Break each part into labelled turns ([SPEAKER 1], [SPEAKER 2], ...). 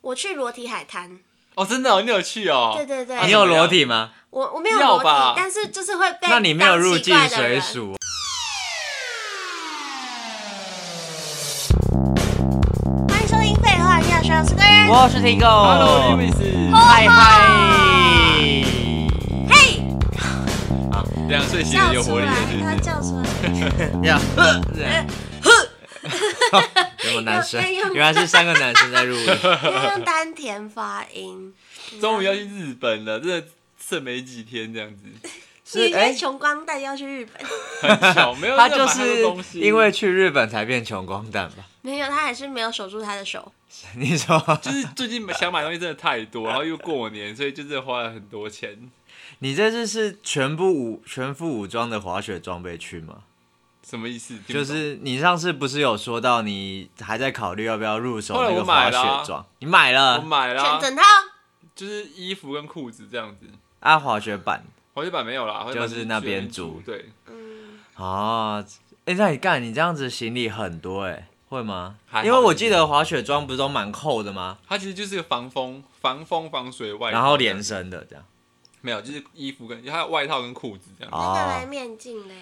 [SPEAKER 1] 我去裸体海滩，
[SPEAKER 2] 哦，真的哦，你有去哦？
[SPEAKER 1] 对对对，
[SPEAKER 2] 啊
[SPEAKER 3] 你有裸体吗？
[SPEAKER 1] 我我没有
[SPEAKER 2] 要
[SPEAKER 1] 裸体
[SPEAKER 2] 吧，
[SPEAKER 1] 但是就是会被
[SPEAKER 3] 那你没有
[SPEAKER 1] 当
[SPEAKER 3] 入
[SPEAKER 1] 奇
[SPEAKER 3] 境啊
[SPEAKER 1] 怪的
[SPEAKER 3] 水
[SPEAKER 1] 人。
[SPEAKER 3] 署。
[SPEAKER 1] 欢迎收听《废话营养学》，我是个人。Oh
[SPEAKER 3] 我是 Tigo。
[SPEAKER 2] Hello，伊维斯。
[SPEAKER 3] 嗨嗨。
[SPEAKER 1] 嘿，
[SPEAKER 2] 两岁新
[SPEAKER 1] 叫
[SPEAKER 2] 人有
[SPEAKER 1] 出
[SPEAKER 2] 活力
[SPEAKER 1] 来
[SPEAKER 2] 了，是，不
[SPEAKER 1] 他
[SPEAKER 2] 是？
[SPEAKER 1] 叫出来。
[SPEAKER 3] 呀， 有没有男生？
[SPEAKER 1] 有有
[SPEAKER 3] 原来是三个男生在 入围。
[SPEAKER 1] 要用丹田发音。
[SPEAKER 2] 终于要去日本了，真的剩没几天这样子，
[SPEAKER 1] 你
[SPEAKER 3] 是
[SPEAKER 1] 因为
[SPEAKER 3] 哎，
[SPEAKER 1] 穷光蛋要去日本，
[SPEAKER 2] 很巧，没有
[SPEAKER 3] 他
[SPEAKER 2] 在
[SPEAKER 3] 就
[SPEAKER 2] 买很多东
[SPEAKER 3] 是
[SPEAKER 2] 西
[SPEAKER 3] 因为去日本才变穷光蛋吧？
[SPEAKER 1] 没有，他还是没有守住他的手。
[SPEAKER 3] 你说，
[SPEAKER 2] 就是最近想买东西真的太多，然后又过年，所以就是花了很多钱。
[SPEAKER 3] 你这次是全部武全副武装的滑雪装备去吗？
[SPEAKER 2] 什么意思？听不
[SPEAKER 3] 就
[SPEAKER 2] 懂
[SPEAKER 3] 是你上次不是有说到你还在考虑要不要入手
[SPEAKER 2] 后来
[SPEAKER 3] 那
[SPEAKER 2] 我
[SPEAKER 3] 个
[SPEAKER 2] 买
[SPEAKER 3] 滑
[SPEAKER 2] 了啊
[SPEAKER 3] 雪装？你买了
[SPEAKER 2] 我买了
[SPEAKER 1] 全
[SPEAKER 2] 啊，
[SPEAKER 1] 整套
[SPEAKER 2] 就是衣服跟裤子这样子。
[SPEAKER 3] 啊滑雪板
[SPEAKER 2] 滑雪板没有啦，滑雪板
[SPEAKER 3] 就是那边
[SPEAKER 2] 租
[SPEAKER 3] 租。
[SPEAKER 2] 对，
[SPEAKER 3] 哦，哎，那你干你这样子行李很多哎，会吗
[SPEAKER 2] 还？好
[SPEAKER 3] 因为我记得滑雪装不是都蛮厚的吗？
[SPEAKER 2] 它其实就是个防风、防风、防水外套，
[SPEAKER 3] 然后连身的这样。
[SPEAKER 2] 没有，就是衣服跟还有外套跟裤子这样。
[SPEAKER 1] 那个来
[SPEAKER 3] 哦，
[SPEAKER 1] 面镜嘞，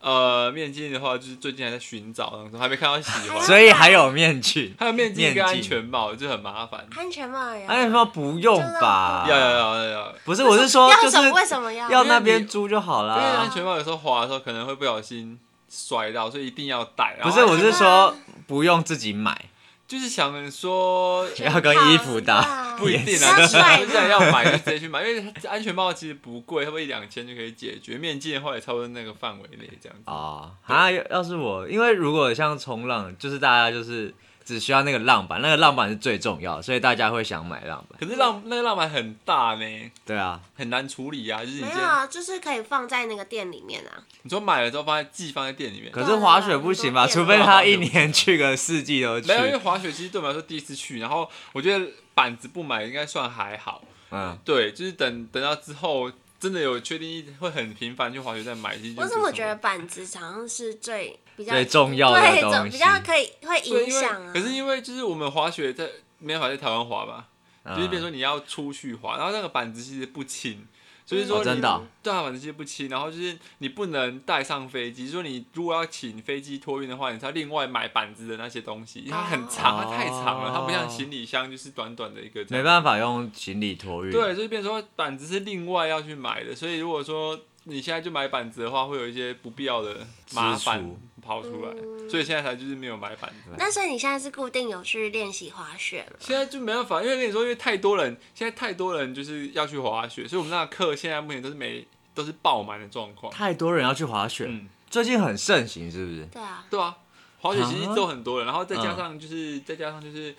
[SPEAKER 2] 呃，面镜的话，就是最近还在寻找当中，还没看到喜欢。
[SPEAKER 3] 哦所以还有 面具。
[SPEAKER 2] 还有面镜跟
[SPEAKER 3] 面镜
[SPEAKER 2] 安全帽就很麻烦。
[SPEAKER 1] 安全帽啊也要
[SPEAKER 3] 哎，你说不用吧
[SPEAKER 1] 啊？
[SPEAKER 2] 要要要要要，
[SPEAKER 3] 不是，我是说，
[SPEAKER 1] 要
[SPEAKER 3] 就
[SPEAKER 1] 什么？为
[SPEAKER 3] 是
[SPEAKER 1] 什么要？
[SPEAKER 3] 要那边租就好
[SPEAKER 2] 因为安
[SPEAKER 3] 啦。
[SPEAKER 2] 全帽有时候滑的时候可能会不小心摔到，所以一定要戴。然
[SPEAKER 3] 不
[SPEAKER 2] 后
[SPEAKER 3] 是，我是说
[SPEAKER 1] 啊
[SPEAKER 3] 不用自己买，
[SPEAKER 2] 就是想说。
[SPEAKER 3] 要跟衣服搭。
[SPEAKER 1] 好吧
[SPEAKER 2] 不一定
[SPEAKER 1] 不
[SPEAKER 2] 啊，
[SPEAKER 1] 要
[SPEAKER 2] 就是
[SPEAKER 1] 甩
[SPEAKER 2] 既然要买就直接去买，因为它安全帽其实不贵，差不多一两千就可以解决。面镜的话也差不多那个范围内这样子。
[SPEAKER 3] 哦，啊，要要是我，因为如果像冲浪，就是大家就是只需要那个浪板，那个浪板是最重要的，所以大家会想买浪板。
[SPEAKER 2] 可是浪那个浪板很大呢，
[SPEAKER 3] 对啊，
[SPEAKER 2] 很难处理啊。就是你
[SPEAKER 1] 没
[SPEAKER 2] 今
[SPEAKER 1] 有
[SPEAKER 2] 天
[SPEAKER 1] 啊，就是可以放在那个店里面啊。
[SPEAKER 2] 你说买了之后放在寄放在店里面，
[SPEAKER 3] 可是滑雪不行吧？
[SPEAKER 1] 对啊
[SPEAKER 3] 除非他一年去个四季都去
[SPEAKER 2] 没。有，因为滑雪其实对我们来说第一次去，然后我觉得板子不买应该算还好。
[SPEAKER 3] 嗯，
[SPEAKER 2] 对，就是等等到之后真的有确定会很频繁去滑雪再买。其实就
[SPEAKER 1] 我
[SPEAKER 2] 是
[SPEAKER 1] 怎么觉得板子好像是最比较
[SPEAKER 3] 最重要的
[SPEAKER 1] 对
[SPEAKER 3] 东
[SPEAKER 1] 总比
[SPEAKER 3] 西
[SPEAKER 1] 较可以会
[SPEAKER 2] 对
[SPEAKER 1] 影
[SPEAKER 2] 因为
[SPEAKER 1] 响啊。
[SPEAKER 2] 可是因为就是我们滑雪在没办法在台湾滑嘛，
[SPEAKER 3] 嗯
[SPEAKER 2] 就是变成说你要出去滑，然后那个板子其实不轻。所以说
[SPEAKER 3] 哦
[SPEAKER 2] 你
[SPEAKER 3] 真的哦
[SPEAKER 2] 对啊，板子其实不轻，然后就是你不能带上飞机，就是说你如果要请飞机托运的话，你才要另外买板子的那些东西，因为它很长，它太长了，它不像行李箱就是短短的一个这样。
[SPEAKER 3] 哦没办法用行李托运。
[SPEAKER 2] 对，就是变成说板子是另外要去买的，所以如果说你现在就买板子的话，会有一些不必要的麻
[SPEAKER 3] 支
[SPEAKER 2] 烦
[SPEAKER 3] 出
[SPEAKER 2] 跑出来，
[SPEAKER 1] 嗯
[SPEAKER 2] 所以现在才就是没有买板子。
[SPEAKER 1] 那所以你现在是固定有去练习滑雪吗？
[SPEAKER 2] 现在就没办法，因为跟你说，因为太多人，现在太多人就是要去滑雪，所以我们那个课现在目前都是每都是爆满的状况。
[SPEAKER 3] 太多人要去滑雪，
[SPEAKER 2] 嗯，
[SPEAKER 3] 最近很盛行，是不是？
[SPEAKER 1] 对啊，
[SPEAKER 2] 对啊，滑雪其实
[SPEAKER 3] 啊
[SPEAKER 2] 都很多人，然后再加上就是、再加上就是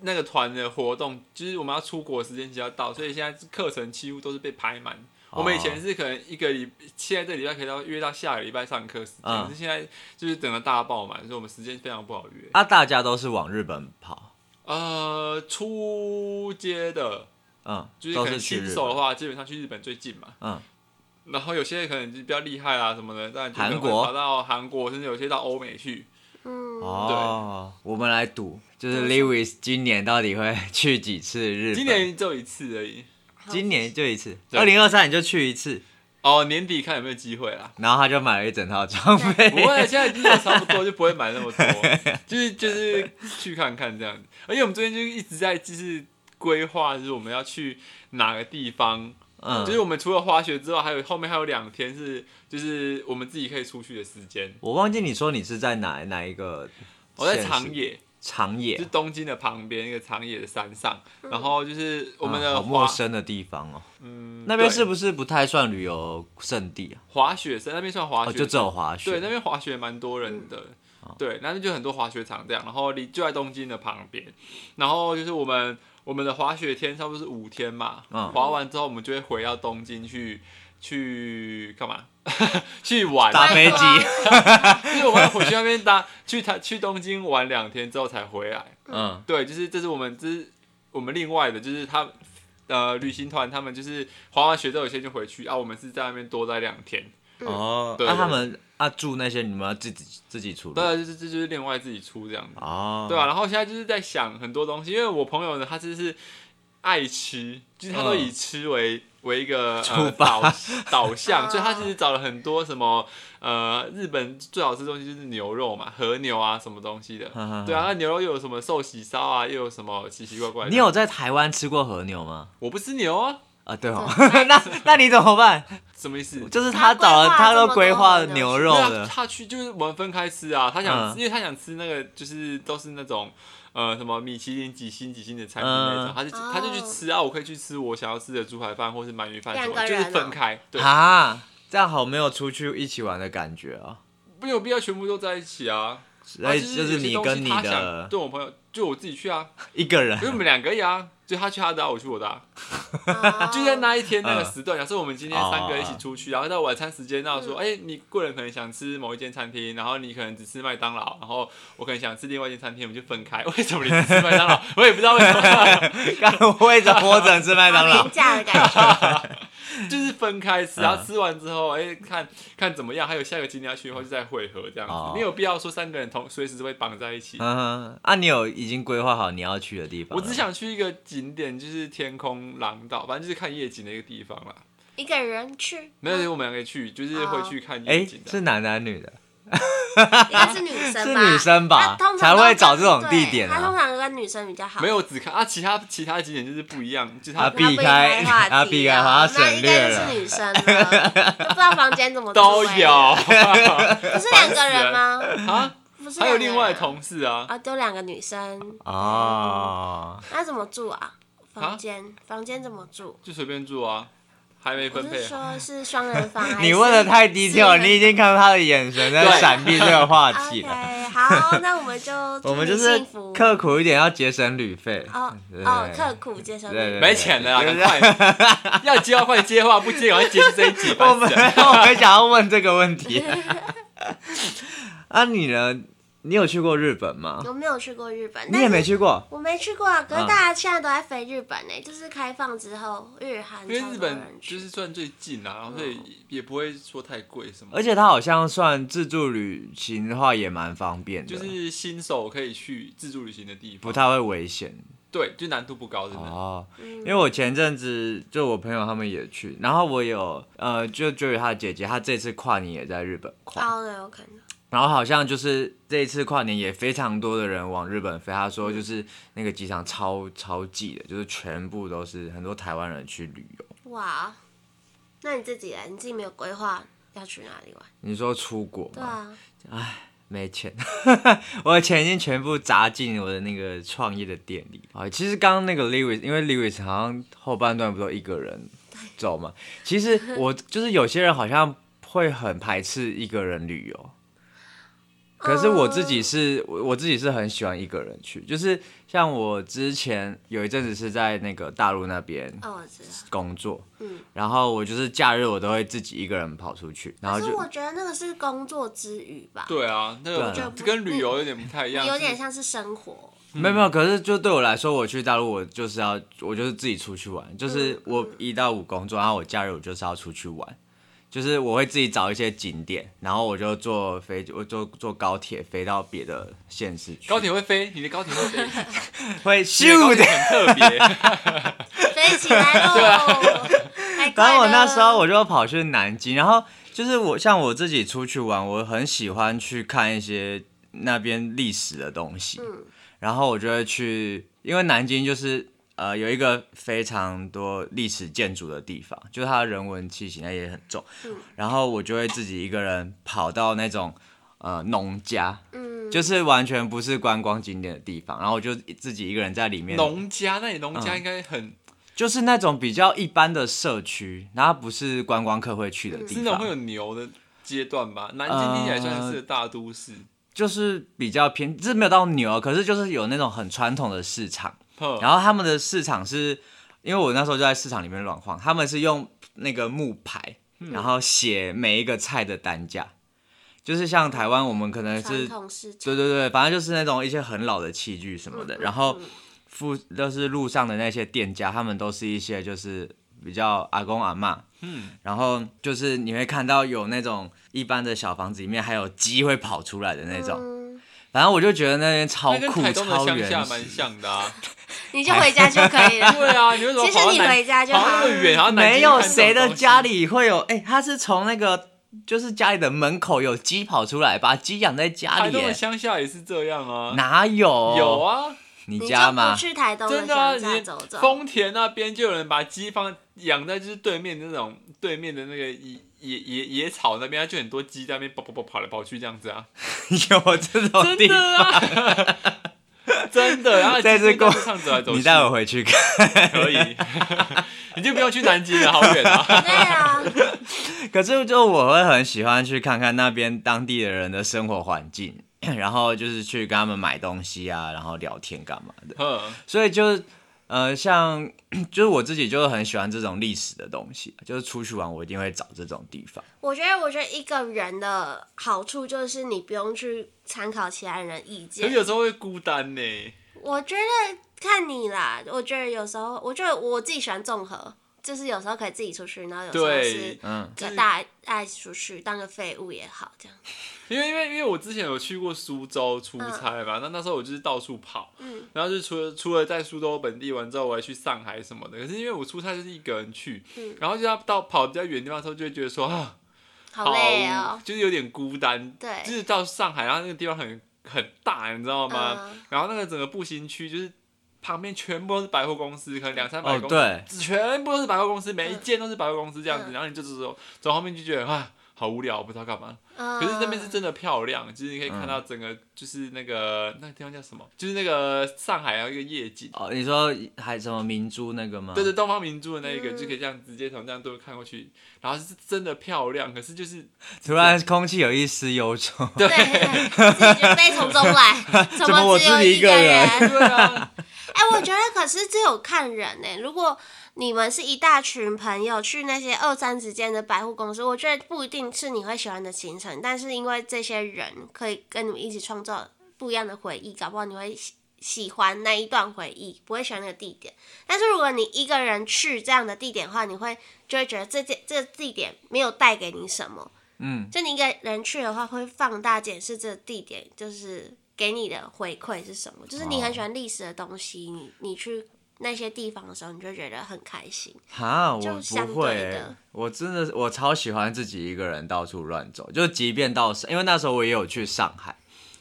[SPEAKER 2] 那个团的活动，就是我们要出国的时间即将到，所以现在课程几乎都是被排满。
[SPEAKER 3] 哦
[SPEAKER 2] 我们以前是可能一个礼，现在这礼拜可以到约到下个礼拜上课时间，
[SPEAKER 3] 嗯
[SPEAKER 2] 可是现在就是整个大爆满，所以我们时间非常不好约。
[SPEAKER 3] 啊，大家都是往日本跑，
[SPEAKER 2] 呃，出街的，
[SPEAKER 3] 嗯，
[SPEAKER 2] 就是
[SPEAKER 3] 都
[SPEAKER 2] 可能
[SPEAKER 3] 是去
[SPEAKER 2] 新
[SPEAKER 3] 日
[SPEAKER 2] 手的
[SPEAKER 3] 本，
[SPEAKER 2] 话，基本上去日本最近嘛。
[SPEAKER 3] 嗯，
[SPEAKER 2] 然后有些可能就比较厉害啊什么的，但就可能
[SPEAKER 3] 韩国
[SPEAKER 2] 会跑到韩国，甚至有些到欧美去。
[SPEAKER 1] 嗯，
[SPEAKER 3] 哦，我们来赌，就是
[SPEAKER 1] 嗯
[SPEAKER 3] Lewis 今年到底会去几次日本？
[SPEAKER 2] 今年只有一次而已。
[SPEAKER 3] 今年就一次，
[SPEAKER 2] 对
[SPEAKER 3] 二零二三你就去一次，
[SPEAKER 2] 哦，年底看有没有机会啦。啊
[SPEAKER 3] 然后他就买了一整套装备。
[SPEAKER 2] 不会，现在经常差不多，就不会买那么 多，就是就是去看看这样子。而且我们最近就是一直在就是规划，就是我们要去哪个地方。
[SPEAKER 3] 嗯，
[SPEAKER 2] 就是我们除了滑雪之外，还有后面还有两天是就是我们自己可以出去的时间。
[SPEAKER 3] 我忘记你说你是在哪哪一个县市？
[SPEAKER 2] 我在长野，
[SPEAKER 3] 长野
[SPEAKER 2] 就是东京的旁边一个长野的山上，然后就是我们
[SPEAKER 3] 嗯啊
[SPEAKER 2] 的
[SPEAKER 3] 好陌
[SPEAKER 2] 滑
[SPEAKER 3] 生的地方哦，
[SPEAKER 2] 嗯
[SPEAKER 3] 那边
[SPEAKER 2] 对
[SPEAKER 3] 是不是不太算旅游胜地啊？
[SPEAKER 2] 滑雪山，那边算滑雪
[SPEAKER 3] 哦，就
[SPEAKER 2] 山，
[SPEAKER 3] 只有滑
[SPEAKER 2] 啊
[SPEAKER 3] 雪。嗯哦
[SPEAKER 2] 对，那边滑雪蛮多人的，对，那边就很多滑雪场这样，然后离就在东京的旁边，然后就是我们我们的滑雪天差不多是五天嘛，
[SPEAKER 3] 嗯
[SPEAKER 2] 滑完之后我们就会回到东京去去干嘛？ 去玩，
[SPEAKER 3] 搭飞
[SPEAKER 1] 拜托
[SPEAKER 2] 啊
[SPEAKER 3] 机，
[SPEAKER 2] 就是我们要回去那边搭去他去东京玩两天之后才回来，
[SPEAKER 3] 嗯，
[SPEAKER 2] 对，就是这是我们这是我们另外的，就是他。呃，旅行团他们就是滑完雪之后，有些就回去啊。我们是在那边多待两天，
[SPEAKER 3] 哦，
[SPEAKER 2] 对
[SPEAKER 3] 那、
[SPEAKER 2] 对
[SPEAKER 3] 他们啊住那些你们要自己自己处理
[SPEAKER 2] 对啊，就是这就是另外自己出这样子，
[SPEAKER 3] 哦，
[SPEAKER 2] 对啊。然后现在就是在想很多东西，因为我朋友呢，他就是爱吃，就是他都以吃为、为一个
[SPEAKER 3] 出
[SPEAKER 2] 呃
[SPEAKER 3] 发
[SPEAKER 2] 导导向，
[SPEAKER 1] 啊
[SPEAKER 2] 所以他其实找了很多什么呃日本最好吃的东西就是牛肉嘛，和牛啊什么东西的，
[SPEAKER 3] 哈哈哈
[SPEAKER 2] 对啊，那牛肉又有什么寿喜烧啊，又有什么奇奇怪怪的。
[SPEAKER 3] 你有在台湾吃过和牛吗？
[SPEAKER 2] 我不吃牛啊，
[SPEAKER 3] 啊，对哦， 那那你怎么办？
[SPEAKER 2] 什么意思？
[SPEAKER 3] 就是他找了，
[SPEAKER 1] 他
[SPEAKER 3] 他
[SPEAKER 1] 规划这么
[SPEAKER 3] 都规划
[SPEAKER 1] 多
[SPEAKER 3] 牛
[SPEAKER 2] 对
[SPEAKER 3] 肉
[SPEAKER 2] 啊，
[SPEAKER 3] 的，
[SPEAKER 2] 他去就是我们分开吃啊，他想
[SPEAKER 3] 嗯
[SPEAKER 2] 吃，因为他想吃那个就是都是那种呃什么米其林几星几星的餐厅
[SPEAKER 3] 嗯
[SPEAKER 2] 那种，他就
[SPEAKER 1] 哦
[SPEAKER 2] 他就去吃啊，我可以去吃我想要吃的猪排饭或是鳗鱼饭什
[SPEAKER 1] 两个
[SPEAKER 2] 么，就
[SPEAKER 1] 人哦
[SPEAKER 2] 是分开，对，
[SPEAKER 3] 啊，这样好没有出去一起玩的感觉啊。
[SPEAKER 2] 没有必要全部都在一起啊。
[SPEAKER 3] 所以
[SPEAKER 2] 啊
[SPEAKER 3] 就是你
[SPEAKER 2] 有些东西
[SPEAKER 3] 跟你
[SPEAKER 2] 他
[SPEAKER 3] 的
[SPEAKER 2] 想对我朋友，就我自己去啊，
[SPEAKER 3] 一个人
[SPEAKER 2] 就我们两个呀，就他去他的啊，我去我的啊。
[SPEAKER 1] 哦
[SPEAKER 2] 就在那一天那个
[SPEAKER 3] 嗯
[SPEAKER 2] 时段，假设我们今天三个一起出去，然后到晚餐时间，那我说，哎、你个人可能想吃某一间餐厅，然后你可能只吃麦当劳，然后我可能想吃另外一间餐厅，我们就分开。为什么你只吃麦当劳？ 我也不知道为什么，
[SPEAKER 3] 干为什么我只能吃麦当
[SPEAKER 1] 好
[SPEAKER 3] 劳
[SPEAKER 1] 廉？价的感 觉，
[SPEAKER 2] 就是分开 吃，然后吃完之后，哎、看看怎么样，还有下一个景点要去的话就再汇合这样子。
[SPEAKER 3] 哦
[SPEAKER 2] 你有必要说三个人同随时会绑在一起？
[SPEAKER 3] 嗯哼，啊，你有已经规划好你要去的地方
[SPEAKER 2] 我
[SPEAKER 3] 了？
[SPEAKER 2] 只想去一个景点，就是天空廊道，反正就是看夜景的一个地方啦。
[SPEAKER 1] 一个人去，
[SPEAKER 2] 没有，我们两个去，就是会去看夜
[SPEAKER 3] 哎
[SPEAKER 2] 景，的。
[SPEAKER 3] 是男男女的？
[SPEAKER 1] 应该是女生吧，
[SPEAKER 3] 是女生吧
[SPEAKER 1] 她通常
[SPEAKER 3] 才会找这种
[SPEAKER 1] 对
[SPEAKER 3] 地点啊
[SPEAKER 1] 她通常跟女生比较好，
[SPEAKER 2] 没有只看啊，其他其他景点就是不一样，就是
[SPEAKER 3] 啊
[SPEAKER 2] 它
[SPEAKER 1] 她
[SPEAKER 3] 避
[SPEAKER 1] 不应
[SPEAKER 3] 开
[SPEAKER 1] 该话题
[SPEAKER 3] 她避开
[SPEAKER 1] 啊
[SPEAKER 3] 她省略了
[SPEAKER 1] 那应该就是女 生
[SPEAKER 3] 啊
[SPEAKER 1] 了，都不知道房间怎么
[SPEAKER 2] 都
[SPEAKER 1] 住欸
[SPEAKER 2] 有啊，
[SPEAKER 1] 不是两个人吗？ 不是两个人啊，
[SPEAKER 2] 还有另外的同事啊，
[SPEAKER 1] 啊，就两个女生，
[SPEAKER 3] 哦，
[SPEAKER 1] 那怎么住啊？房间，房间怎么住？
[SPEAKER 2] 就随便住啊，还没
[SPEAKER 1] 我
[SPEAKER 2] 分
[SPEAKER 1] 是
[SPEAKER 2] 配好。啊
[SPEAKER 1] 说，是双人 房还是？
[SPEAKER 3] 你问的太低调，
[SPEAKER 1] 是很
[SPEAKER 3] 你已经看到他的眼神在
[SPEAKER 2] 对
[SPEAKER 3] 闪避这个话题了。
[SPEAKER 1] OK，好，那我们就
[SPEAKER 3] 我们就
[SPEAKER 1] 祝你
[SPEAKER 3] 是
[SPEAKER 1] 幸福
[SPEAKER 3] 刻苦一点，要节省旅费。
[SPEAKER 1] 哦
[SPEAKER 3] 对
[SPEAKER 1] 哦，刻苦接受你。
[SPEAKER 3] 对对
[SPEAKER 2] 没钱了啦，
[SPEAKER 3] 对
[SPEAKER 2] 赶
[SPEAKER 3] 对
[SPEAKER 2] 快 要接话快接话，不接赶快结束这一集。
[SPEAKER 3] 我
[SPEAKER 2] 烦
[SPEAKER 3] 们
[SPEAKER 2] 死 了
[SPEAKER 3] 我们想要问这个问题。 啊，你呢？你有去过日本吗？
[SPEAKER 1] 我没有去过日本，
[SPEAKER 3] 你也没
[SPEAKER 1] 去，
[SPEAKER 3] 去过
[SPEAKER 1] 我没去过啊。可是
[SPEAKER 3] 嗯
[SPEAKER 1] 大家现在都在飞日本呢，就是开放之后，日韩
[SPEAKER 2] 因
[SPEAKER 1] 超
[SPEAKER 2] 为
[SPEAKER 1] 多
[SPEAKER 2] 日本
[SPEAKER 1] 人
[SPEAKER 2] 就
[SPEAKER 1] 去。
[SPEAKER 2] 是算最近啊，然后所以也不会说太贵什么
[SPEAKER 3] 嗯而。且它好像算自助旅行的话也蛮方便的，
[SPEAKER 2] 就是新手可以去自助旅行的地
[SPEAKER 3] 不
[SPEAKER 2] 方，
[SPEAKER 3] 太会危险
[SPEAKER 2] 对，就难度不高，真的。
[SPEAKER 3] 哦。
[SPEAKER 1] 嗯
[SPEAKER 3] 因为我前阵子就我朋友他们也去，然后我有呃就就有他的姐姐，她这次跨年也在日本跨，
[SPEAKER 1] 哦，对，我看到。
[SPEAKER 3] 然后好像就是这一次跨年也非常多的人往日本飞，他说就是那个机场超超挤的，就是全部都是很多台湾人去旅游。
[SPEAKER 1] 哇，那你自己来，你自己没有规划要去哪里玩？
[SPEAKER 3] 你说出国
[SPEAKER 1] 对
[SPEAKER 3] 吗？
[SPEAKER 1] 啊，
[SPEAKER 3] 没钱， 我的钱已经全部砸进我的那个创业的店里啊。其实刚刚那个 Lewis，因为 Lewis 好像后半段不都一个人走嘛，其实我就是有些人好像会很排斥一个人旅游。可是我
[SPEAKER 1] 哦
[SPEAKER 3] 自己是，我我自己是很喜欢一个人去，就是像我之前有一阵子是在那个大陆那边
[SPEAKER 1] 哦，我知道。
[SPEAKER 3] 工作，
[SPEAKER 1] 嗯
[SPEAKER 3] 然后我就是假日我都会自己一个人跑出去，然后
[SPEAKER 1] 可
[SPEAKER 3] 就是
[SPEAKER 1] 我觉得那个是工作之余吧，
[SPEAKER 2] 对啊，那
[SPEAKER 3] 对
[SPEAKER 2] 个
[SPEAKER 1] 啊
[SPEAKER 2] 跟旅游有点不太一样，
[SPEAKER 1] 有点
[SPEAKER 2] 是
[SPEAKER 1] 像是生活。
[SPEAKER 3] 没有没有，可是就对我来说，我去大陆我就是要，我就是自己出去
[SPEAKER 2] 嗯
[SPEAKER 3] 玩，就是我一到五工作，然后我假日我就是要出去玩，就是我会自己找一些景点，然后我就坐飞，我坐坐高铁飞到别的县市去，
[SPEAKER 2] 高铁会飞，你的高铁会 飞，
[SPEAKER 3] 会
[SPEAKER 2] 你的高
[SPEAKER 3] 咻
[SPEAKER 2] 铁
[SPEAKER 3] 的。
[SPEAKER 2] 很特别。
[SPEAKER 1] 飞起来
[SPEAKER 2] 啊
[SPEAKER 1] 喽！太快
[SPEAKER 3] 然后我
[SPEAKER 1] 了
[SPEAKER 3] 那时候我就跑去南京，然后就是我像我自己出去玩，我很喜欢去看一些那边历史的东西，
[SPEAKER 1] 嗯
[SPEAKER 3] 然后我就会去，因为南京就是呃有一个非常多历史建筑的地方，就是它的人文气息那也很重，然后我就会自己一个人跑到那种呃农家，
[SPEAKER 1] 嗯，
[SPEAKER 3] 就是完全不是观光景点的地方，然后我就自己一个人在里面
[SPEAKER 2] 农家，那你农家
[SPEAKER 3] 嗯
[SPEAKER 2] 应该很，
[SPEAKER 3] 就是那种比较一般的社区，然后不是观光客会去的
[SPEAKER 2] 是
[SPEAKER 3] 地
[SPEAKER 2] 那种
[SPEAKER 3] 方呃
[SPEAKER 2] 会，有牛的阶段吧？南京听起来算是大都市，
[SPEAKER 3] 就是比较偏，就是没有到牛，可是就是有那种很传统的市场。
[SPEAKER 2] 哼
[SPEAKER 3] 然后他们的市场是，因为我那时候就在市场里面乱晃，他们是用那个木牌，
[SPEAKER 2] 嗯
[SPEAKER 3] 然后写每一个菜的单价，就是像台湾我们可能
[SPEAKER 1] 传
[SPEAKER 3] 是，
[SPEAKER 1] 统市场
[SPEAKER 3] 对对对，反正就是那种一些很老的器具什么的，然后
[SPEAKER 1] 嗯
[SPEAKER 3] 附就是路上的那些店家，他们都是一些就是比较阿公阿嬷，嗯，然后就是你会看到有那种一般的小房子里面还有鸡会跑出来的那种，
[SPEAKER 1] 嗯，
[SPEAKER 3] 反正我就觉得那边超
[SPEAKER 2] 那跟
[SPEAKER 3] 酷
[SPEAKER 2] 台东的
[SPEAKER 3] 超
[SPEAKER 2] 乡
[SPEAKER 3] 原
[SPEAKER 2] 下
[SPEAKER 3] 始
[SPEAKER 2] 蛮像的啊。
[SPEAKER 1] 你就回家就可以了。
[SPEAKER 2] 对啊，你为什么
[SPEAKER 1] 其实
[SPEAKER 2] 跑到
[SPEAKER 1] 你
[SPEAKER 2] 南
[SPEAKER 1] 回家就
[SPEAKER 2] 跑到
[SPEAKER 1] 好
[SPEAKER 2] 那么远，然后南
[SPEAKER 3] 没
[SPEAKER 2] 京
[SPEAKER 3] 有
[SPEAKER 2] 看这种
[SPEAKER 3] 谁的
[SPEAKER 2] 东西
[SPEAKER 3] 家里会有，哎、他是从那个就是家里的门口有鸡跑出来，把鸡养在家
[SPEAKER 2] 台
[SPEAKER 3] 里
[SPEAKER 2] 东的
[SPEAKER 3] 耶，
[SPEAKER 2] 乡下也是这样啊，
[SPEAKER 3] 哪有？
[SPEAKER 2] 有，啊，
[SPEAKER 3] 你
[SPEAKER 1] 你
[SPEAKER 3] 家
[SPEAKER 1] 就
[SPEAKER 3] 吗
[SPEAKER 1] 不？去台东的
[SPEAKER 2] 真的啊，
[SPEAKER 1] 哦乡
[SPEAKER 2] 你
[SPEAKER 1] 下走走，
[SPEAKER 2] 丰田那边就有人把鸡放养在就是对面那种对面的那个野野野野草那边，它就很多鸡在那边跑跑跑跑来跑去这样子啊，
[SPEAKER 3] 有这种
[SPEAKER 2] 真
[SPEAKER 3] 地
[SPEAKER 2] 的
[SPEAKER 3] 方？
[SPEAKER 2] 啊，真的，然后
[SPEAKER 3] 在这
[SPEAKER 2] 个
[SPEAKER 3] 过
[SPEAKER 2] 上走来走去，
[SPEAKER 3] 你带我回去看，
[SPEAKER 2] 可以， 你就不用去南京了，好远 啊，
[SPEAKER 1] 对啊，
[SPEAKER 3] 可是就我会很喜欢去看看那边当地的人的生活环境， 然后就是去跟他们买东西啊，然后聊天干嘛的。
[SPEAKER 2] 嗯，
[SPEAKER 3] 所以就是呃，像 就是我自己就是很喜欢这种历史的东西，就是出去玩我一定会找这种地方。
[SPEAKER 1] 我觉得我觉得一个人的好处就是你不用去参考其他人的意
[SPEAKER 2] 可
[SPEAKER 1] 见
[SPEAKER 2] 是，有时候会孤单呢，
[SPEAKER 1] 我觉得看你啦，我觉得有时候，我觉得我自己喜欢综合，就是有时候可以自己出去，然后有时候
[SPEAKER 2] 对
[SPEAKER 1] 是。
[SPEAKER 3] 嗯，
[SPEAKER 2] 就是
[SPEAKER 1] 跟大家爱出去当个废物也好，这样。
[SPEAKER 2] 因为因为因为我之前有去过苏州出差嘛，那、那时候我就是到处跑，
[SPEAKER 1] 嗯
[SPEAKER 2] 然后就除了除了在苏州本地玩之后，我还去上海什么的。可是因为我出差就是一个人去，
[SPEAKER 1] 嗯
[SPEAKER 2] 然后就要到跑比较远的地方的时候，就会觉得说啊，
[SPEAKER 1] 好累哦
[SPEAKER 2] 无。就是有点孤单。
[SPEAKER 3] 哎
[SPEAKER 1] 对
[SPEAKER 2] 就是到上海，然后那个地方很很大，你知道吗？
[SPEAKER 1] 嗯
[SPEAKER 2] 然后那个整个步行区就是。旁边全部都是百货公司，可能两三百
[SPEAKER 3] 哦
[SPEAKER 2] 公司，
[SPEAKER 3] 对，
[SPEAKER 2] 全部都是百货公司，每一
[SPEAKER 1] 嗯
[SPEAKER 2] 间都是百货公司这样子。
[SPEAKER 1] 嗯
[SPEAKER 2] 然后你就走走后面就觉得啊，好无聊，不知道干嘛。
[SPEAKER 1] 嗯
[SPEAKER 2] 可是那边是真的漂亮，就是你可以看到整个，就是那个那个地方叫什么，就是那个上海有一个夜景，
[SPEAKER 3] 哦，你说还什么明珠那个吗？
[SPEAKER 2] 对对，东方明珠的那一个，
[SPEAKER 1] 嗯
[SPEAKER 2] 就可以这样直接从这样都看过去，然后是真的漂亮，可是 就是
[SPEAKER 3] 突然空气有一丝忧愁。
[SPEAKER 1] 对，自己就悲从中来，怎
[SPEAKER 3] 么我
[SPEAKER 1] 只有
[SPEAKER 3] 自己一
[SPEAKER 1] 一
[SPEAKER 3] 个人
[SPEAKER 1] 人？
[SPEAKER 2] 对啊，
[SPEAKER 1] 哎、我觉得可是这有看人呢、如果你们是一大群朋友去那些二三十间的百货公司，我觉得不一定是你会喜欢的行程，但是因为这些人可以跟你们一起创造不一样的回忆，搞不好你会喜喜欢那一段回忆，不会喜欢那个地点。但是如果你一个人去这样的地点的话，你会就会觉得这件这地点没有带给你什么。
[SPEAKER 3] 嗯，
[SPEAKER 1] 就你一个人去的话，会放大检视这个地点，就是给你的回馈是什么。就是你很喜欢历史的东西，你你去那些地方的时候，你就觉得很开心。
[SPEAKER 3] 哈，
[SPEAKER 1] 就
[SPEAKER 3] 我
[SPEAKER 1] 相
[SPEAKER 3] 不会
[SPEAKER 1] 对
[SPEAKER 3] 欸、
[SPEAKER 1] 的
[SPEAKER 3] 我真的我超喜欢自己一个人到处乱走，就即便到上，因为那时候我也有去上海，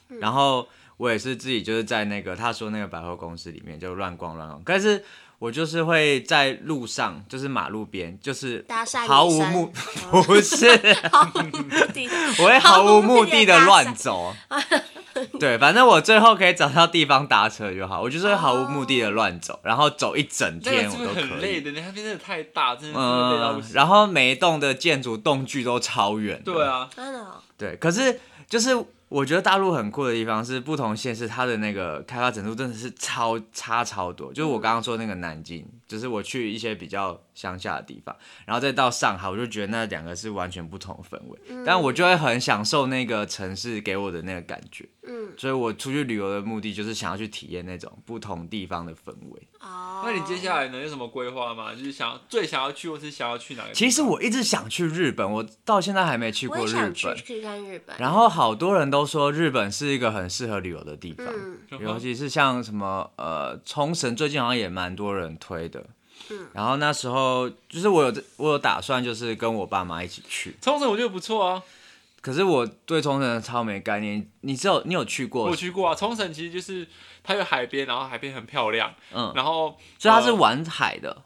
[SPEAKER 1] 嗯
[SPEAKER 3] 然后我也是自己就是在那个他说那个百货公司里面就乱逛乱逛，但是我就是会在路上，就是马路边，就是
[SPEAKER 1] 搭讪女
[SPEAKER 3] 毫无
[SPEAKER 1] 生
[SPEAKER 3] 目 不是，
[SPEAKER 1] 毫无目的，
[SPEAKER 3] 我会毫
[SPEAKER 1] 毫无
[SPEAKER 3] 无目的的
[SPEAKER 1] 目的地搭
[SPEAKER 3] 乱
[SPEAKER 1] 讪
[SPEAKER 3] 走。对，反正我最后可以找到地方搭车就好，我就是会毫无目的的乱走，然后走一整
[SPEAKER 2] 那个
[SPEAKER 3] 天
[SPEAKER 2] 是不
[SPEAKER 3] 我
[SPEAKER 2] 是
[SPEAKER 3] 都
[SPEAKER 2] 很
[SPEAKER 3] 可
[SPEAKER 2] 累
[SPEAKER 3] 以。
[SPEAKER 2] 的？那边真的太大，真的真的累到不
[SPEAKER 3] 嗯，
[SPEAKER 2] 行。
[SPEAKER 3] 然后每一栋的建筑栋距都超远。
[SPEAKER 2] 对，啊，
[SPEAKER 1] 真的哦、
[SPEAKER 3] 对，可是就是我觉得大陆很酷的地方是，不同县市它的那个开发程度真的是超差超多。就是我刚刚说那个南京，就是我去一些比较乡下的地方，然后再到上海，我就觉得那两个是完全不同的氛围。
[SPEAKER 1] 嗯
[SPEAKER 3] 但我就会很享受那个城市给我的那个感觉，
[SPEAKER 1] 嗯，
[SPEAKER 3] 所以我出去旅游的目的就是想要去体验那种不同地方的氛围。
[SPEAKER 1] 哦。
[SPEAKER 2] 那你接下来呢有什么规划吗？就是想要最想要去或是想要去哪个地方？
[SPEAKER 3] 其实我一直想去日本，我到现在还没去
[SPEAKER 1] 我
[SPEAKER 3] 过
[SPEAKER 1] 也
[SPEAKER 3] 日
[SPEAKER 1] 想去
[SPEAKER 3] 本。
[SPEAKER 1] 去看日本，
[SPEAKER 3] 然后好多人都说日本是一个很适合旅游的地方，
[SPEAKER 1] 嗯，
[SPEAKER 2] 嗯哼
[SPEAKER 3] 尤其是像什么呃冲绳，最近好像也蛮多人推的。
[SPEAKER 1] 嗯
[SPEAKER 3] 然后那时候就是我有在我有打算，就是跟我爸妈一起去。
[SPEAKER 2] 冲绳我觉得不错啊，
[SPEAKER 3] 可是我对冲绳超没概念，你只有你有去过
[SPEAKER 2] 我，去过啊。冲绳其实就是它有海边，然后海边很漂亮，
[SPEAKER 3] 嗯，
[SPEAKER 2] 然后
[SPEAKER 3] 所以它是
[SPEAKER 2] 呃
[SPEAKER 3] 玩海的，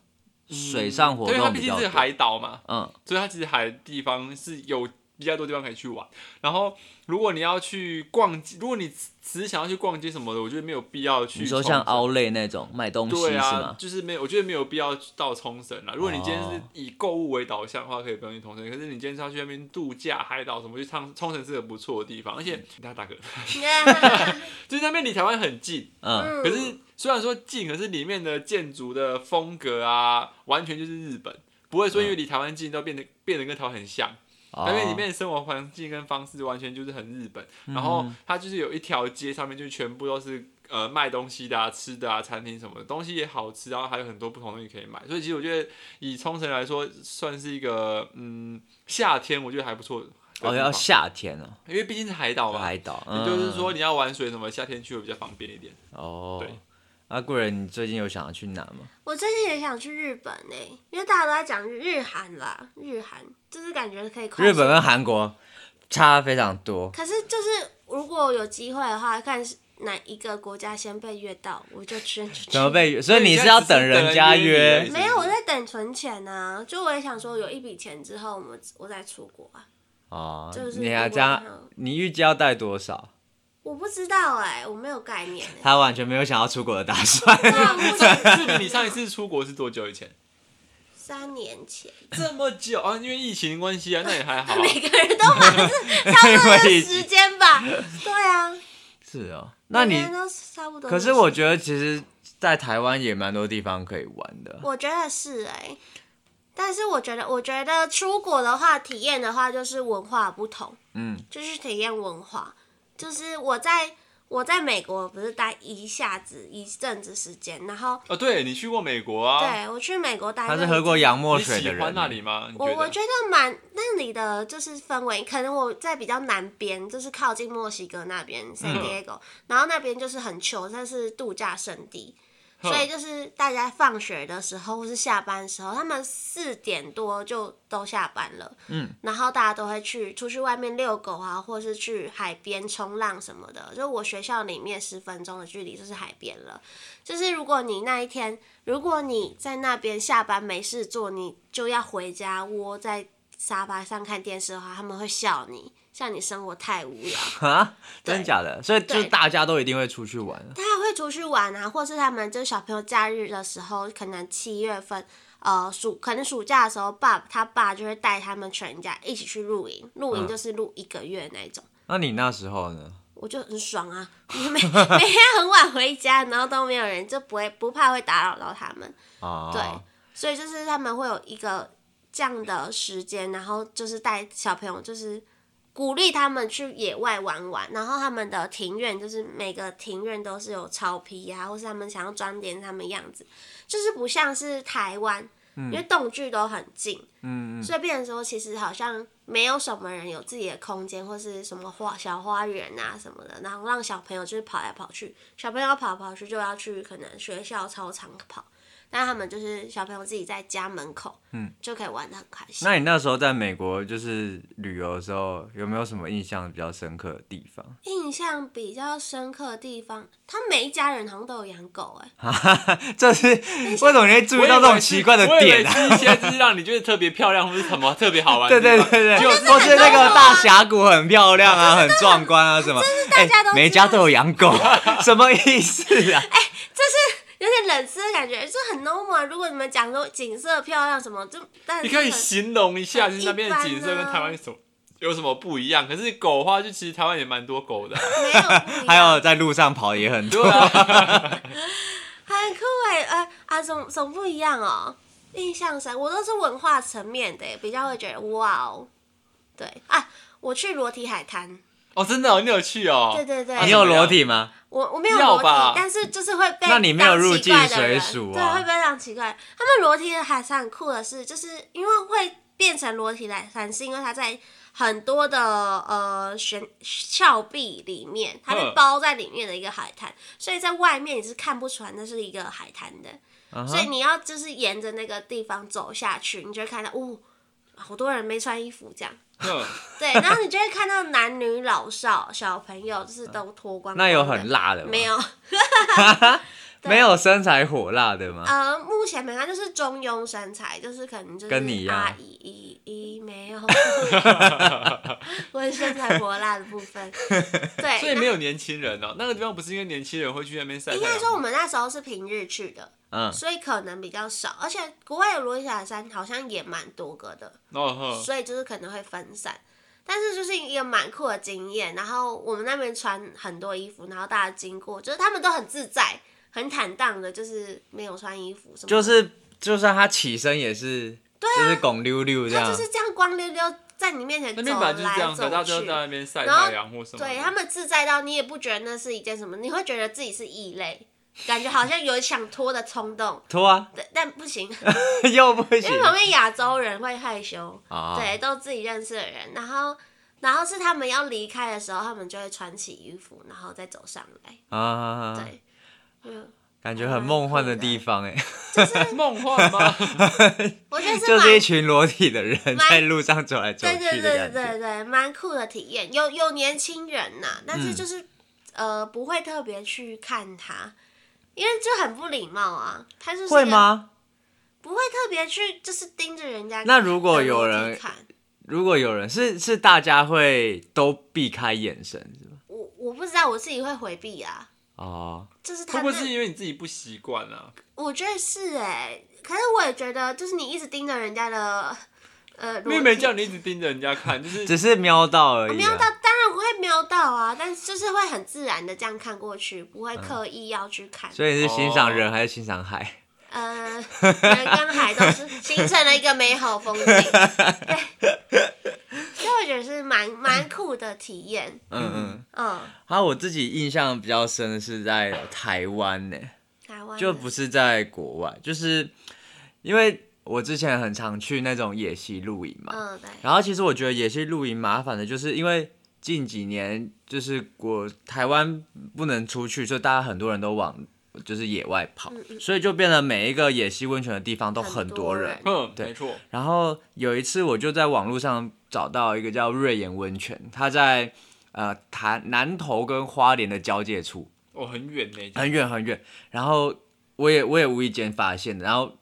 [SPEAKER 3] 水上活
[SPEAKER 2] 嗯因为它
[SPEAKER 3] 动
[SPEAKER 2] 毕
[SPEAKER 3] 比
[SPEAKER 2] 竟
[SPEAKER 3] 较
[SPEAKER 2] 是
[SPEAKER 3] 多。
[SPEAKER 2] 海岛嘛，
[SPEAKER 3] 嗯，
[SPEAKER 2] 所以它其实海的地方是有比较多地方可以去玩。然后，如果你要去逛街，如果你只只是想要去逛街什么的，我觉得没有必要去。
[SPEAKER 3] 你说像奥莱那种卖东西是
[SPEAKER 2] 对啊
[SPEAKER 3] 吗，？
[SPEAKER 2] 就是没有，我觉得没有必要到冲绳啦。如果你今天是
[SPEAKER 3] 哦
[SPEAKER 2] 以购物为导向的话，可以不用去冲绳。可是你今天是要去那边度假、海岛什么，去冲冲绳是个不错的地方。而
[SPEAKER 3] 嗯
[SPEAKER 2] 且，大家打嗝，就是那边离台湾很近，
[SPEAKER 3] 嗯，
[SPEAKER 1] 嗯
[SPEAKER 2] 可是虽然说近，可是里面的建筑的风格啊，完全就是日本，不会说
[SPEAKER 3] 嗯
[SPEAKER 2] 因为离台湾近都变得变得跟台湾很像。
[SPEAKER 3] 哦嗯
[SPEAKER 2] 因为里面的生活环境跟方式完全就是很日本，然后它就是有一条街上面就全部都是呃卖东西的啊、吃的啊、餐厅什么的，东西也好吃，然后还有很多不同东西可以买。所以其实我觉得以冲绳来说，算是一个嗯夏天我觉得还不错的地
[SPEAKER 3] 哦，
[SPEAKER 2] 方。
[SPEAKER 3] 要夏天哦，
[SPEAKER 2] 因为毕竟是海岛嘛，
[SPEAKER 3] 海岛，
[SPEAKER 2] 也
[SPEAKER 3] 嗯
[SPEAKER 2] 就是说你要玩水什么，夏天去会比较方便一点。
[SPEAKER 3] 哦
[SPEAKER 2] 对。
[SPEAKER 3] 阿贵人，你最近有想要去哪吗？
[SPEAKER 1] 我最近也想去日本呢、因为大家都在讲日韩啦，日韩就是感觉可以快速
[SPEAKER 3] 日本啊跟韩国差非常多，
[SPEAKER 1] 可是就是如果有机会的话，看是哪一个国家先被约到，我就先去。
[SPEAKER 3] 怎么？被？所以你
[SPEAKER 2] 你
[SPEAKER 3] 是
[SPEAKER 2] 现
[SPEAKER 3] 要
[SPEAKER 2] 在只是
[SPEAKER 3] 等人家
[SPEAKER 2] 等人约
[SPEAKER 3] 约
[SPEAKER 2] 你而已
[SPEAKER 1] 没有，我在等存钱呢、啊。就我也想说，有一笔钱之后，我们我再出国啊。
[SPEAKER 3] 哦
[SPEAKER 1] 就是
[SPEAKER 3] 你还
[SPEAKER 1] 我
[SPEAKER 3] 这样
[SPEAKER 1] 没有，
[SPEAKER 3] 你预计要带多少？
[SPEAKER 1] 我不知道哎、我没有概念、欸。
[SPEAKER 3] 他完全没有想要出国的打算。
[SPEAKER 1] 对啊，我不知
[SPEAKER 2] 距
[SPEAKER 1] 道
[SPEAKER 2] 离你上一次出国是多久以前？
[SPEAKER 1] 三年前，
[SPEAKER 2] 这么久啊？因为疫情关系啊，那也还好啊、
[SPEAKER 1] 每个人都好像是差不多的时间吧？对啊，
[SPEAKER 3] 是哦，那
[SPEAKER 1] 每个
[SPEAKER 3] 你
[SPEAKER 1] 人都差不多。
[SPEAKER 3] 可是我，觉得其实，在台湾也蛮多地方可以玩 的。
[SPEAKER 1] 我觉得是哎、但是我觉得，我觉得出国的话，体验的话就是文化不同。
[SPEAKER 3] 嗯，
[SPEAKER 1] 就是体验文化。就是我在我在美国不是待一下子一阵子时间，然后、
[SPEAKER 2] 哦，对你去过美国啊？
[SPEAKER 1] 对我去美国待，
[SPEAKER 3] 哦他是喝过。洋墨
[SPEAKER 2] 你
[SPEAKER 3] 水
[SPEAKER 2] 喜
[SPEAKER 3] 的
[SPEAKER 2] 欢
[SPEAKER 3] 人。
[SPEAKER 2] 那里吗？你
[SPEAKER 1] 我我
[SPEAKER 2] 觉
[SPEAKER 1] 觉得蛮那里的就是氛围，可能我在比较南边，就是靠近墨西哥那边
[SPEAKER 2] 嗯
[SPEAKER 1] San Diego，、然后那边就是很穷，但是度假胜地，
[SPEAKER 2] 哼
[SPEAKER 1] 所以就是大家放学的时候或是下班的时候，他们四点多就都下班了，
[SPEAKER 3] 嗯，
[SPEAKER 1] 然后大家都会去出去外面遛狗啊，或是去海边冲浪什么的。就我学校里面十分钟的距离就是海边了，就是如果你那一天，如果你在那边下班没事做，你就要回家窝在沙发上看电视的话，他们会笑你，笑你生活太无聊。
[SPEAKER 3] 啊，真
[SPEAKER 1] 对
[SPEAKER 3] 假的？所以就
[SPEAKER 1] 对
[SPEAKER 3] 大家都一定会出去玩。
[SPEAKER 1] 大家会出去玩啊，或是他们就是小朋友假日的时候，可能七月份，呃，暑可能暑假的时候，爸他爸就会带他们全家一起去露营，露营
[SPEAKER 3] 嗯
[SPEAKER 1] 就是露一个月那一种。
[SPEAKER 3] 那你那时候呢？
[SPEAKER 1] 我就很爽啊， 每每天很晚回家，然后都没有人，就不会不怕会打扰到他们。
[SPEAKER 3] 啊，
[SPEAKER 1] 对，所以就是他们会有一个这样的时间，然后就是带小朋友，就是鼓励他们去野外玩玩。然后他们的庭院就是每个庭院都是有草皮啊，或是他们想要装点他们样子，就是不像是台湾，因为动距都很近，
[SPEAKER 3] 嗯嗯，嗯
[SPEAKER 1] 所以变成说其实好像没有什么人有自己的空间或是什么花小花园啊什么的，然后让小朋友就是跑来跑去，小朋友跑来跑去就要去可能学校操场跑。但他们就是小朋友自己在家门口，
[SPEAKER 3] 嗯，
[SPEAKER 1] 就可以玩的很开心。
[SPEAKER 3] 那你那时候在美国就是旅游的时候，有没有什么印象比较深刻的地方？
[SPEAKER 1] 印象比较深刻的地方，他每一家人好像都有养狗、哎，
[SPEAKER 3] 这是为什么你会注意
[SPEAKER 2] 得
[SPEAKER 3] 到这种奇怪的点啊？
[SPEAKER 2] 啊，一些就是让你觉得特别漂亮或是什么特别好玩。
[SPEAKER 3] 对对
[SPEAKER 2] 是
[SPEAKER 3] 对
[SPEAKER 2] 吧
[SPEAKER 3] 对，
[SPEAKER 2] 就
[SPEAKER 3] 或是那个大峡谷很漂亮啊，很壮观啊，什么？哎，
[SPEAKER 1] 大家都知道哎
[SPEAKER 3] 每家都有养 狗，什么意思啊？
[SPEAKER 1] 有点冷色的感觉，就很 normal。如啊果你们讲说景色漂亮什么，就但
[SPEAKER 2] 你
[SPEAKER 1] 是
[SPEAKER 2] 可以
[SPEAKER 1] 很
[SPEAKER 2] 形容一下，就是那边的
[SPEAKER 1] 很一般
[SPEAKER 2] 景色跟
[SPEAKER 1] 啊
[SPEAKER 2] 台湾有什么有什么不一样？可是狗的话，就其实台湾也蛮多狗的 啊。
[SPEAKER 1] 没有不一样
[SPEAKER 3] 还有在路上跑也很
[SPEAKER 2] 对
[SPEAKER 3] 多，
[SPEAKER 2] 啊，
[SPEAKER 1] 很酷哎、呃啊，总总不一样哦。印象深，我都是文化层面的、比较会觉得哇哦。对啊，我去裸体海滩，
[SPEAKER 2] 哦，真的哦，你有去
[SPEAKER 1] 对
[SPEAKER 2] 哦？
[SPEAKER 1] 对对，
[SPEAKER 2] 啊
[SPEAKER 3] 你有裸体吗？
[SPEAKER 1] 我我没有
[SPEAKER 2] 要
[SPEAKER 1] 裸体
[SPEAKER 2] 吧，
[SPEAKER 1] 但是就是会被
[SPEAKER 3] 那你没有
[SPEAKER 1] 当
[SPEAKER 3] 入
[SPEAKER 1] 奇怪
[SPEAKER 3] 境
[SPEAKER 1] 的人
[SPEAKER 3] 水署
[SPEAKER 1] 对，
[SPEAKER 3] 啊
[SPEAKER 1] 会被当奇怪。他们裸体的海滩很酷的是，就是因为会变成裸体的海滩，是因为它在很多的呃悬峭壁里面，它是
[SPEAKER 2] 嗯
[SPEAKER 1] 包在里面的一个海滩，所以在外面你是看不出来那是一个海滩的。
[SPEAKER 3] 嗯
[SPEAKER 1] 所以
[SPEAKER 3] 哼
[SPEAKER 1] 你要就是沿着那个地方走下去，你就会看到，哦，好多人没穿衣服这样。
[SPEAKER 2] 嗯，
[SPEAKER 1] 对，然后你就会看到男女老少、小朋友，就是都脱光光的。
[SPEAKER 3] 那有很辣的吗？
[SPEAKER 1] 没，有，对
[SPEAKER 3] 没有身材火辣的吗？
[SPEAKER 1] 呃，目前没看，就是中庸身材，就是可能就是
[SPEAKER 3] 跟你一样
[SPEAKER 1] 阿姨一一没 有，我是身材火辣的部分，对，
[SPEAKER 2] 所以没有年轻人哦。那个地方不是因为年轻人会去那边晒
[SPEAKER 1] 那
[SPEAKER 2] 太
[SPEAKER 1] 应该
[SPEAKER 2] 阳
[SPEAKER 1] 说我
[SPEAKER 2] 吗？
[SPEAKER 1] 们那时候是平日去的，
[SPEAKER 3] 嗯，
[SPEAKER 1] 所以可能比较少，而且国外的罗伊塔山好像也蛮多个的，
[SPEAKER 2] 哦呵，
[SPEAKER 1] 所以就是可能会分散。但是就是一个蛮酷的经验，然后我们那边穿很多衣服，然后大家经过，就是他们都很自在、很坦荡的，就是没有穿衣服什么的，啊
[SPEAKER 3] 就是就算他起身也是，就是拱溜溜这
[SPEAKER 1] 他
[SPEAKER 3] 样
[SPEAKER 1] 就。是这样光溜溜在你面前
[SPEAKER 2] 那
[SPEAKER 1] 走
[SPEAKER 2] 边本来就是这
[SPEAKER 1] 来
[SPEAKER 2] 样子，
[SPEAKER 1] 走
[SPEAKER 2] 大家都在
[SPEAKER 1] 去。
[SPEAKER 2] 那边晒
[SPEAKER 1] 然后
[SPEAKER 2] 太阳或什么的。
[SPEAKER 1] 对他们自在到你也不觉得那是一件什么，你会觉得自己是异类，感觉好像有想脱的冲动，
[SPEAKER 3] 脱啊，
[SPEAKER 1] 但但不行，
[SPEAKER 3] 又不行
[SPEAKER 1] 因为旁边亚洲人会害羞，
[SPEAKER 3] 啊，
[SPEAKER 1] 对，都自己认识的人，然后然后是他们要离开的时候，他们就会穿起衣服，然后再走上来，
[SPEAKER 3] 啊，
[SPEAKER 1] 对，嗯，
[SPEAKER 3] 感觉很梦幻的地方哎，
[SPEAKER 2] 梦幻吗？
[SPEAKER 1] 我觉得是
[SPEAKER 3] 就
[SPEAKER 1] 蛮
[SPEAKER 3] 是一群裸体的人
[SPEAKER 1] 蛮
[SPEAKER 3] 在路上走来走
[SPEAKER 1] 对对
[SPEAKER 3] 去
[SPEAKER 1] 对
[SPEAKER 3] 的感
[SPEAKER 1] 对
[SPEAKER 3] 觉。
[SPEAKER 1] 对，蛮酷的体验，有有年轻人呐、但
[SPEAKER 3] 嗯
[SPEAKER 1] 是就是、呃不会特别去看他，因为就很不礼貌啊，他就是一个
[SPEAKER 3] 会？吗？
[SPEAKER 1] 不会特别去就是盯着人家看，
[SPEAKER 3] 那如果
[SPEAKER 1] 等
[SPEAKER 3] 有
[SPEAKER 1] 你去
[SPEAKER 3] 人
[SPEAKER 1] 看。
[SPEAKER 3] 如果有人是是大家会都避开眼神是吧？
[SPEAKER 1] 我我不知道，我自己会回避啊，
[SPEAKER 3] 哦，
[SPEAKER 1] 就是他
[SPEAKER 2] 会
[SPEAKER 1] 那
[SPEAKER 2] 不会是因为你自己不习惯啊？
[SPEAKER 1] 我觉得是哎、可是我也觉得，就是你一直盯着人家的，呃，
[SPEAKER 2] 因为没叫你一直盯着人家看，就是
[SPEAKER 3] 只是瞄到而
[SPEAKER 1] 我哦
[SPEAKER 3] 已、
[SPEAKER 1] 瞄
[SPEAKER 3] 啊
[SPEAKER 1] 到，。当然我会瞄到啊，但是就是会很自然的这样看过去，不会刻意要去看。
[SPEAKER 3] 嗯所以你是欣赏人还是欣赏海？
[SPEAKER 1] 呃，人跟海都 是形成了一个美好风景，对，所以我觉得是蛮蛮酷的体验。
[SPEAKER 3] 嗯嗯。
[SPEAKER 1] 嗯，
[SPEAKER 3] 啊，我自己印象比较深的是在台湾呢、
[SPEAKER 1] 台湾
[SPEAKER 3] 就
[SPEAKER 1] 的
[SPEAKER 3] 不是在国外，就是因为我之前很常去那种野溪露营嘛，
[SPEAKER 1] 嗯对，
[SPEAKER 3] 然后其实我觉得野溪露营麻烦的，就是因为近几年就是国台湾不能出去，所以大家很多人都往就是野外跑，所以就变得每一个野溪温泉的地方都嗯很多人。
[SPEAKER 1] 很
[SPEAKER 2] 嗯，
[SPEAKER 3] 对
[SPEAKER 2] 没错，
[SPEAKER 3] 然后有一次我就在网络上找到一个叫瑞岩温泉，它在呃台南投跟花莲的交界处，
[SPEAKER 2] 我哦很远呢。
[SPEAKER 3] 很远很远。然后我也我也无意间发现的，然后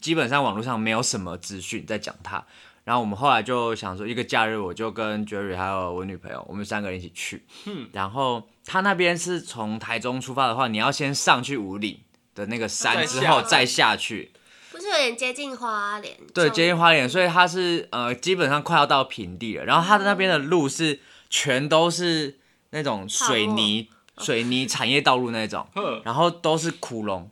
[SPEAKER 3] 基本上网络上没有什么资讯在讲它。然后我们后来就想说，一个假日我就跟 Jerry 还有我女朋友，我们三个人一起去。嗯，然后他那边是从台中出发的话，你要先上去五岭的那个山
[SPEAKER 2] 再
[SPEAKER 3] 之
[SPEAKER 2] 下
[SPEAKER 3] 后再下去，
[SPEAKER 1] 不是有点接近花莲？
[SPEAKER 3] 对，
[SPEAKER 1] 中
[SPEAKER 3] 接近花莲，所以它是呃基本上快要到平地了。然后它的那边的路是全都是那种水泥水泥产业道路那种，
[SPEAKER 2] 嗯，
[SPEAKER 3] 然后都是窟窿，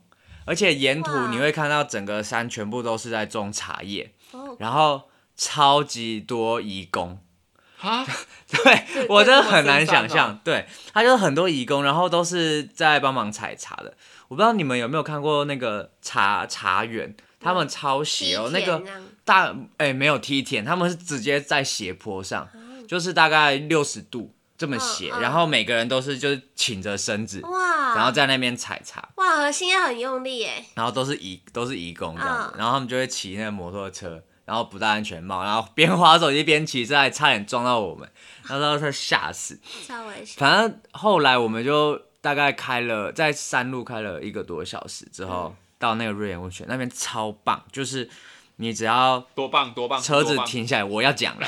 [SPEAKER 3] 而且沿途
[SPEAKER 1] 哇
[SPEAKER 3] 你会看到整个山全部都是在种茶叶，
[SPEAKER 1] 哦
[SPEAKER 3] 然后超级多移工。
[SPEAKER 2] 啊，
[SPEAKER 3] 对我真的很难想
[SPEAKER 2] 这么深山
[SPEAKER 1] 哦
[SPEAKER 3] 象，对，他就是很多移工，然后都是在帮忙采茶的。我不知道你们有没有看过那个茶茶园，他们超斜哦，
[SPEAKER 1] 嗯梯
[SPEAKER 3] 那
[SPEAKER 1] 田啊
[SPEAKER 3] 个
[SPEAKER 1] 这样
[SPEAKER 3] 大哎、没有梯田，他们是直接在斜坡上，就是大概六十度这么斜，
[SPEAKER 1] 哦嗯嗯
[SPEAKER 3] 然后每个人都是就是挺着身子，
[SPEAKER 1] 哇，
[SPEAKER 3] 然后在那边采茶。
[SPEAKER 1] 哇，核心要很用力哎，
[SPEAKER 3] 然后都是移都是移工这样子，
[SPEAKER 1] 嗯
[SPEAKER 3] 然后他们就会骑那个摩托车，然后不戴安全帽，然后边滑手机边骑车，还差点撞到我们，然后他吓死。
[SPEAKER 1] 稍微想
[SPEAKER 3] 反正后来我们就大概开了在山路开了一个多小时之后，到那个瑞岩温泉那边超棒，就是你只要
[SPEAKER 2] 多棒多棒！
[SPEAKER 3] 车子
[SPEAKER 2] 多棒，
[SPEAKER 3] 停下来，我要讲了，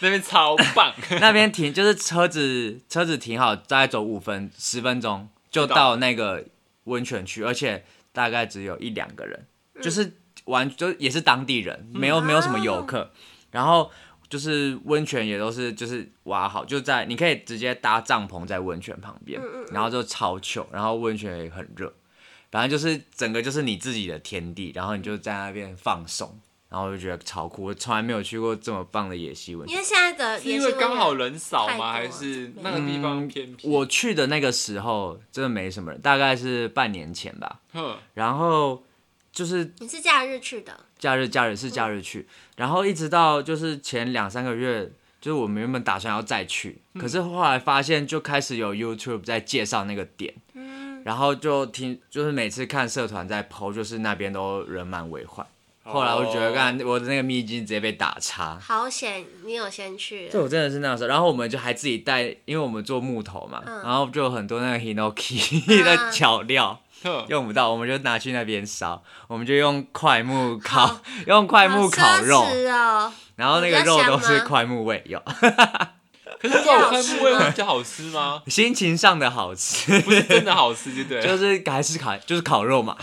[SPEAKER 2] 那边超 棒，
[SPEAKER 3] 那边停就是车子车子停好，大概走五分十分钟就
[SPEAKER 2] 就到
[SPEAKER 3] 到那个温泉区，而且大概只有一两个人，就是完就也是当地人，没有没有什么游客，然后。就是温泉也都是就是挖好，就在你可以直接搭帐篷在温泉旁边，然后就超球，然后温泉也很热，反正就是整个就是你自己的天地，然后你就在那边放松，然后我就觉得超酷，我从来没有去过这么棒的野溪温泉。
[SPEAKER 1] 因为现在的
[SPEAKER 2] 是
[SPEAKER 1] 也
[SPEAKER 2] 因
[SPEAKER 1] 是
[SPEAKER 2] 为刚好人少
[SPEAKER 1] 太多了
[SPEAKER 2] 吗？还是那个地方偏僻？
[SPEAKER 3] 嗯我去的那个时候真的没什么人，大概是半年前吧。
[SPEAKER 2] 哼，
[SPEAKER 3] 然后就是
[SPEAKER 1] 你是假日去的，
[SPEAKER 3] 假日，假日是假日去，然后一直到就是前两三个月，就是我们原本打算要再去，可是后来发现就开始有 YouTube 在介绍那个点，然后就听就是每次看社团在 PO，就是那边都人满为患。后来我就觉得，
[SPEAKER 2] 哦
[SPEAKER 3] 干我的那个秘境直接被打叉。
[SPEAKER 1] 好险你有先去
[SPEAKER 3] 对，我真的是那时候，然后我们就还自己带，因为我们做木头嘛，
[SPEAKER 1] 嗯
[SPEAKER 3] 然后就有很多那个 hinoki
[SPEAKER 1] 啊
[SPEAKER 3] 的巧料，
[SPEAKER 2] 哼，
[SPEAKER 3] 用不到，我们就拿去那边烧，我们就用块木烤， 用块木烤肉
[SPEAKER 1] 好，奢侈哦，
[SPEAKER 3] 然后那个肉都是块木 味，有
[SPEAKER 2] 可是这种开幕会比较好吃 吗？
[SPEAKER 3] 心情上的好吃，
[SPEAKER 2] 不是真的好吃，就对了。
[SPEAKER 3] 就是还是烤，就是烤肉嘛，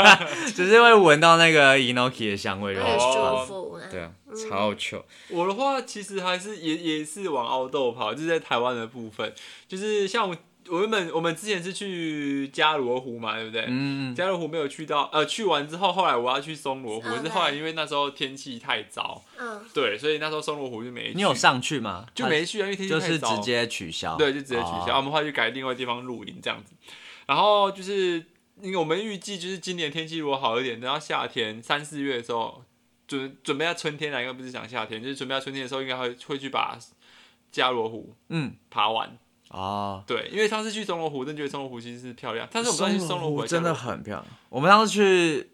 [SPEAKER 3] 只是会闻到那个 inoki 的香味，就
[SPEAKER 1] 很
[SPEAKER 3] 很
[SPEAKER 1] 舒
[SPEAKER 3] 爽。
[SPEAKER 1] 服啊。
[SPEAKER 3] 对啊，超糗。
[SPEAKER 2] 我的话其实还是也也是往凹豆跑，就是在台湾的部分，就是像我我原本我们之前是去加罗湖嘛，对不对？
[SPEAKER 3] 嗯，
[SPEAKER 2] 加罗湖没有去到，呃，去完之后，后来我要去松罗湖，
[SPEAKER 1] 嗯
[SPEAKER 2] 可是后来因为那时候天气太糟，
[SPEAKER 1] 嗯，
[SPEAKER 2] 对，所以那时候松罗湖就没去。
[SPEAKER 3] 你有上去吗？
[SPEAKER 2] 就没去啊？因为天气
[SPEAKER 3] 就
[SPEAKER 2] 太
[SPEAKER 3] 是
[SPEAKER 2] 糟。
[SPEAKER 3] 直接取消，
[SPEAKER 2] 对，就直接取消。
[SPEAKER 3] 哦
[SPEAKER 2] 我们后来就改另外地方露营这样子。然后就是因为我们预计就是今年天气如果好一点，等到夏天三四月的时候，准准备要春天了，应该不是讲夏天，就是准备要春天的时候，应该会会去把加罗湖
[SPEAKER 3] 嗯，
[SPEAKER 2] 爬完。
[SPEAKER 3] 哦，
[SPEAKER 2] 对，因为上次去松罗湖，真的觉得松罗湖其实是漂亮，但是我们上次去松
[SPEAKER 3] 松
[SPEAKER 2] 罗湖还是
[SPEAKER 3] 真
[SPEAKER 2] 加
[SPEAKER 3] 的
[SPEAKER 2] 罗湖
[SPEAKER 3] 很漂亮。我们上 次去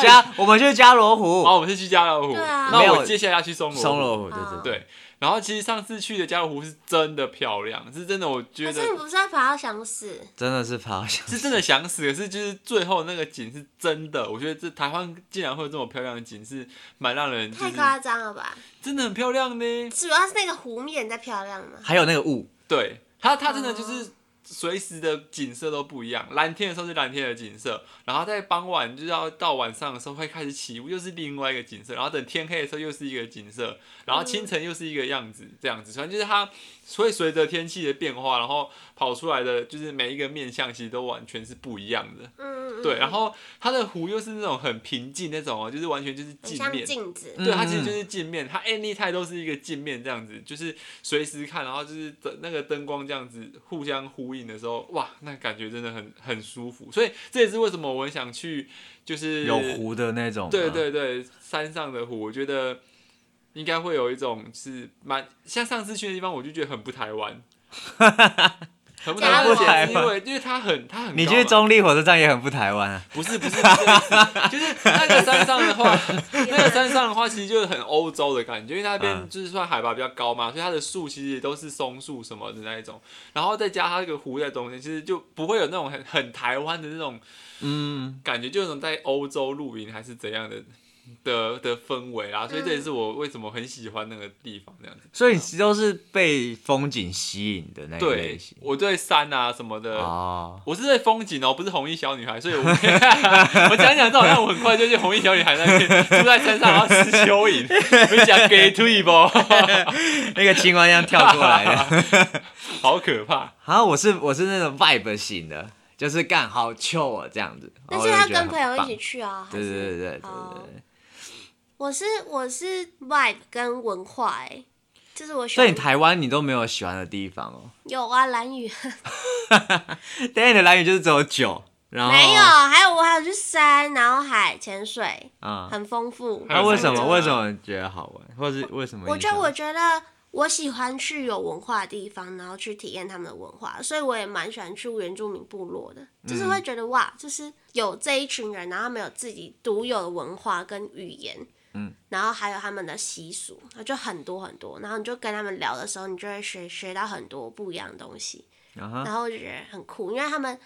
[SPEAKER 3] 加，我们去加罗湖，
[SPEAKER 2] 哦，我们是去加罗湖，
[SPEAKER 1] 对啊
[SPEAKER 3] 没
[SPEAKER 2] 那
[SPEAKER 3] 有
[SPEAKER 2] 我接下来要去松罗
[SPEAKER 3] 松罗
[SPEAKER 2] 湖。
[SPEAKER 3] 湖，对对
[SPEAKER 2] 对然后其实上次去的加罗湖是真的漂亮，是真的，我觉
[SPEAKER 1] 可
[SPEAKER 2] 得
[SPEAKER 1] 是你不是要爬到想死？
[SPEAKER 3] 真的是爬山，
[SPEAKER 2] 是真的想死，可是就是最后那个景是真的，我觉得这台湾竟然会有这么漂亮的景，是蛮让人就
[SPEAKER 1] 太
[SPEAKER 2] 是
[SPEAKER 1] 夸张了吧？
[SPEAKER 2] 真的很漂亮呢。
[SPEAKER 1] 主要是那个湖面在漂亮嘛。
[SPEAKER 3] 还有那个雾，
[SPEAKER 2] 对，它它真的
[SPEAKER 1] 哦
[SPEAKER 2] 就是随时的景色都不一样，蓝天的时候是蓝天的景色，然后在傍晚就是要到晚上的时候会开始起雾，又是另外一个景色，然后等天黑的时候又是一个景色，然后
[SPEAKER 1] 嗯
[SPEAKER 2] 清晨又是一个样子，这样子，反正就是它会随着天气的变化，然后跑出来的就是每一个面相其实都完全是不一样的。
[SPEAKER 1] 嗯，嗯
[SPEAKER 2] 对，
[SPEAKER 1] 嗯
[SPEAKER 2] 然后它的湖又是那种很平静那种哦，就是完全就是
[SPEAKER 1] 很
[SPEAKER 2] 镜
[SPEAKER 1] 像
[SPEAKER 2] 面。
[SPEAKER 1] 镜子。
[SPEAKER 2] 对，它
[SPEAKER 3] 嗯
[SPEAKER 2] 其实就是镜面，它 anytime 都是一个镜面这样子，就是随时看，然后就是灯那个灯光这样子互相呼应的时候，哇，那感觉真的很很舒服。所以这也是为什么我很想去，就是
[SPEAKER 3] 有，嗯湖的那种，
[SPEAKER 2] 对，对对，山上的湖，我觉得应该会有一种是蛮像上次去的地方，我就觉得很不台 湾，很不台
[SPEAKER 1] 加
[SPEAKER 2] 湾
[SPEAKER 1] 入
[SPEAKER 2] 的点是
[SPEAKER 3] 台
[SPEAKER 2] 因为因为它很它很
[SPEAKER 3] 你
[SPEAKER 2] 高
[SPEAKER 3] 去
[SPEAKER 2] 嘛
[SPEAKER 3] 中立火车站也很不台湾啊，
[SPEAKER 2] 不是不是，不是 就是那个山上的话，那个山上的话，其实就是很欧洲的感觉，因为那边
[SPEAKER 3] 嗯
[SPEAKER 2] 就是算海拔比较高嘛，所以它的树其实也都是松树什么的那一种，然后再加它这个湖在中间，其实就不会有那种很很台湾的那种
[SPEAKER 3] 嗯，
[SPEAKER 2] 感觉，就有种在欧洲露营还是怎样的的的氛围啊啦，所以这也是我为什么很喜欢那个地方这样子。
[SPEAKER 3] 所以你都是被风景吸引的那一类
[SPEAKER 2] 对
[SPEAKER 3] 型，
[SPEAKER 2] 我对山啊什么的
[SPEAKER 3] 哦，
[SPEAKER 2] 我是对风景哦，不是红衣小女孩，所以我 我讲讲，这好像我很快就去红衣小女孩那边住在山上，然后吃蚯蚓， 我讲给退不，
[SPEAKER 3] 那个青蛙一样跳过来的。
[SPEAKER 2] 好可怕。
[SPEAKER 3] 啊，我是我是那种 vibe 型的，就是干好 chill 啊这样子。
[SPEAKER 1] 但
[SPEAKER 3] 然后
[SPEAKER 1] 是
[SPEAKER 3] 我
[SPEAKER 1] 要
[SPEAKER 3] 就觉得
[SPEAKER 1] 跟朋友一起
[SPEAKER 3] 很
[SPEAKER 1] 去啊，
[SPEAKER 3] 棒。
[SPEAKER 1] 还
[SPEAKER 3] 对
[SPEAKER 1] 是
[SPEAKER 3] 对对对对对
[SPEAKER 1] 哦
[SPEAKER 3] 对。
[SPEAKER 1] 我是我是 vibe 跟文化哎、欸，就是我喜
[SPEAKER 3] 所以
[SPEAKER 1] 欢
[SPEAKER 3] 你台湾你都没有喜欢的地方哦。
[SPEAKER 1] 有啊，蓝雨
[SPEAKER 3] 但你的来源就是只有酒，然后
[SPEAKER 1] 没有，还有我还有去山，然后海潜水，
[SPEAKER 3] 啊。
[SPEAKER 1] 很丰富。
[SPEAKER 2] 还
[SPEAKER 3] 那
[SPEAKER 2] 有
[SPEAKER 3] 为
[SPEAKER 2] 山
[SPEAKER 3] 什么
[SPEAKER 2] 上
[SPEAKER 3] 为什么觉得好玩，或是为什么
[SPEAKER 1] 啊
[SPEAKER 3] 你想？
[SPEAKER 1] 我觉得我觉得我喜欢去有文化的地方，然后去体验他们的文化，所以我也蛮喜欢去原住民部落的，就是
[SPEAKER 3] 嗯
[SPEAKER 1] 会觉得哇，就是有这一群人，然后他们有自己独有的文化跟语言，
[SPEAKER 3] 嗯，
[SPEAKER 1] 然后还有他们的习俗，就很多很多，然后你就跟他们聊的时候，你就会学学到很多不一样的东西，
[SPEAKER 3] 啊哈
[SPEAKER 1] 然后我就觉得很酷，因为他们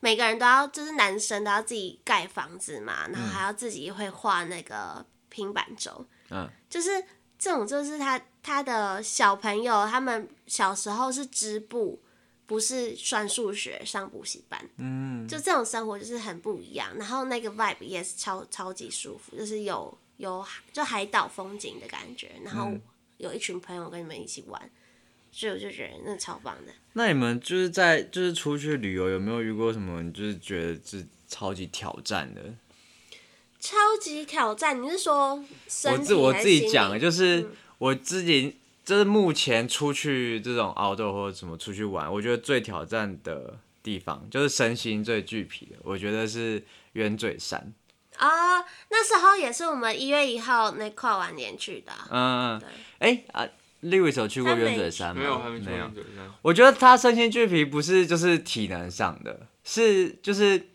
[SPEAKER 1] 每个人都要，就是男生都要自己盖房子嘛，然后还要自己会画那个平板轴，
[SPEAKER 3] 嗯，
[SPEAKER 1] 就是这种，就是他他的小朋友，他们小时候是织布，不是算数学上补习班，
[SPEAKER 3] 嗯，
[SPEAKER 1] 就这种生活就是很不一样。然后那个 vibe 也是超超级舒服，就是有有就海岛风景的感觉，然后
[SPEAKER 3] 嗯
[SPEAKER 1] 有一群朋友跟你们一起玩，所以我就觉得那超棒的。
[SPEAKER 3] 那你们就是在就是出去旅游有没有遇过什么你就是觉得是超级挑战的？
[SPEAKER 1] 超级挑战，你是说身
[SPEAKER 3] 我
[SPEAKER 1] 体
[SPEAKER 3] 自我
[SPEAKER 1] 还嗯是
[SPEAKER 3] 自己
[SPEAKER 1] 心
[SPEAKER 3] 讲
[SPEAKER 1] 理
[SPEAKER 3] 的，就是我自己就是目前出去这种 outdoor 或者什么出去玩，我觉得最挑战的地方就是身心最俱疲的，我觉得是圆嘴山。
[SPEAKER 1] 啊、那时候也是我们一月一号那跨完年去的啊、
[SPEAKER 3] 嗯，
[SPEAKER 1] 对，
[SPEAKER 3] 哎、啊，Louis 有去过圆嘴山吗？
[SPEAKER 2] 没有，还没去过啊
[SPEAKER 3] 没有
[SPEAKER 2] 羊嘴山。
[SPEAKER 3] 我觉得他身心俱疲不是就是体能上的，是就是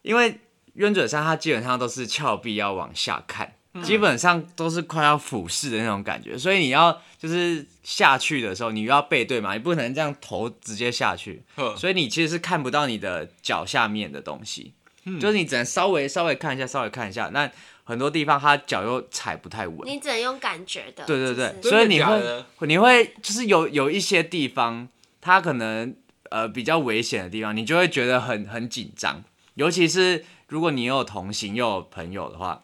[SPEAKER 3] 因为冤嘴山它基本上都是峭壁要往下看，基本上都是快要俯视的那种感觉，所以你要就是下去的时候，你要背对嘛，你不能这样头直接下去，
[SPEAKER 2] 呵
[SPEAKER 3] 所以你其实是看不到你的脚下面的东西，就是你只能稍微稍微看一下，稍微看一下，那很多地方它脚又踩不太稳，
[SPEAKER 1] 你只能用感觉的，
[SPEAKER 3] 对对
[SPEAKER 1] 就
[SPEAKER 3] 对，
[SPEAKER 1] 是
[SPEAKER 2] 真
[SPEAKER 3] 所以
[SPEAKER 2] 的
[SPEAKER 3] 你
[SPEAKER 2] 假
[SPEAKER 3] 会
[SPEAKER 2] 的
[SPEAKER 3] 你会就是有有一些地方，它可能呃比较危险的地方，你就会觉得很很紧张，尤其是如果你有同行又有朋友的话，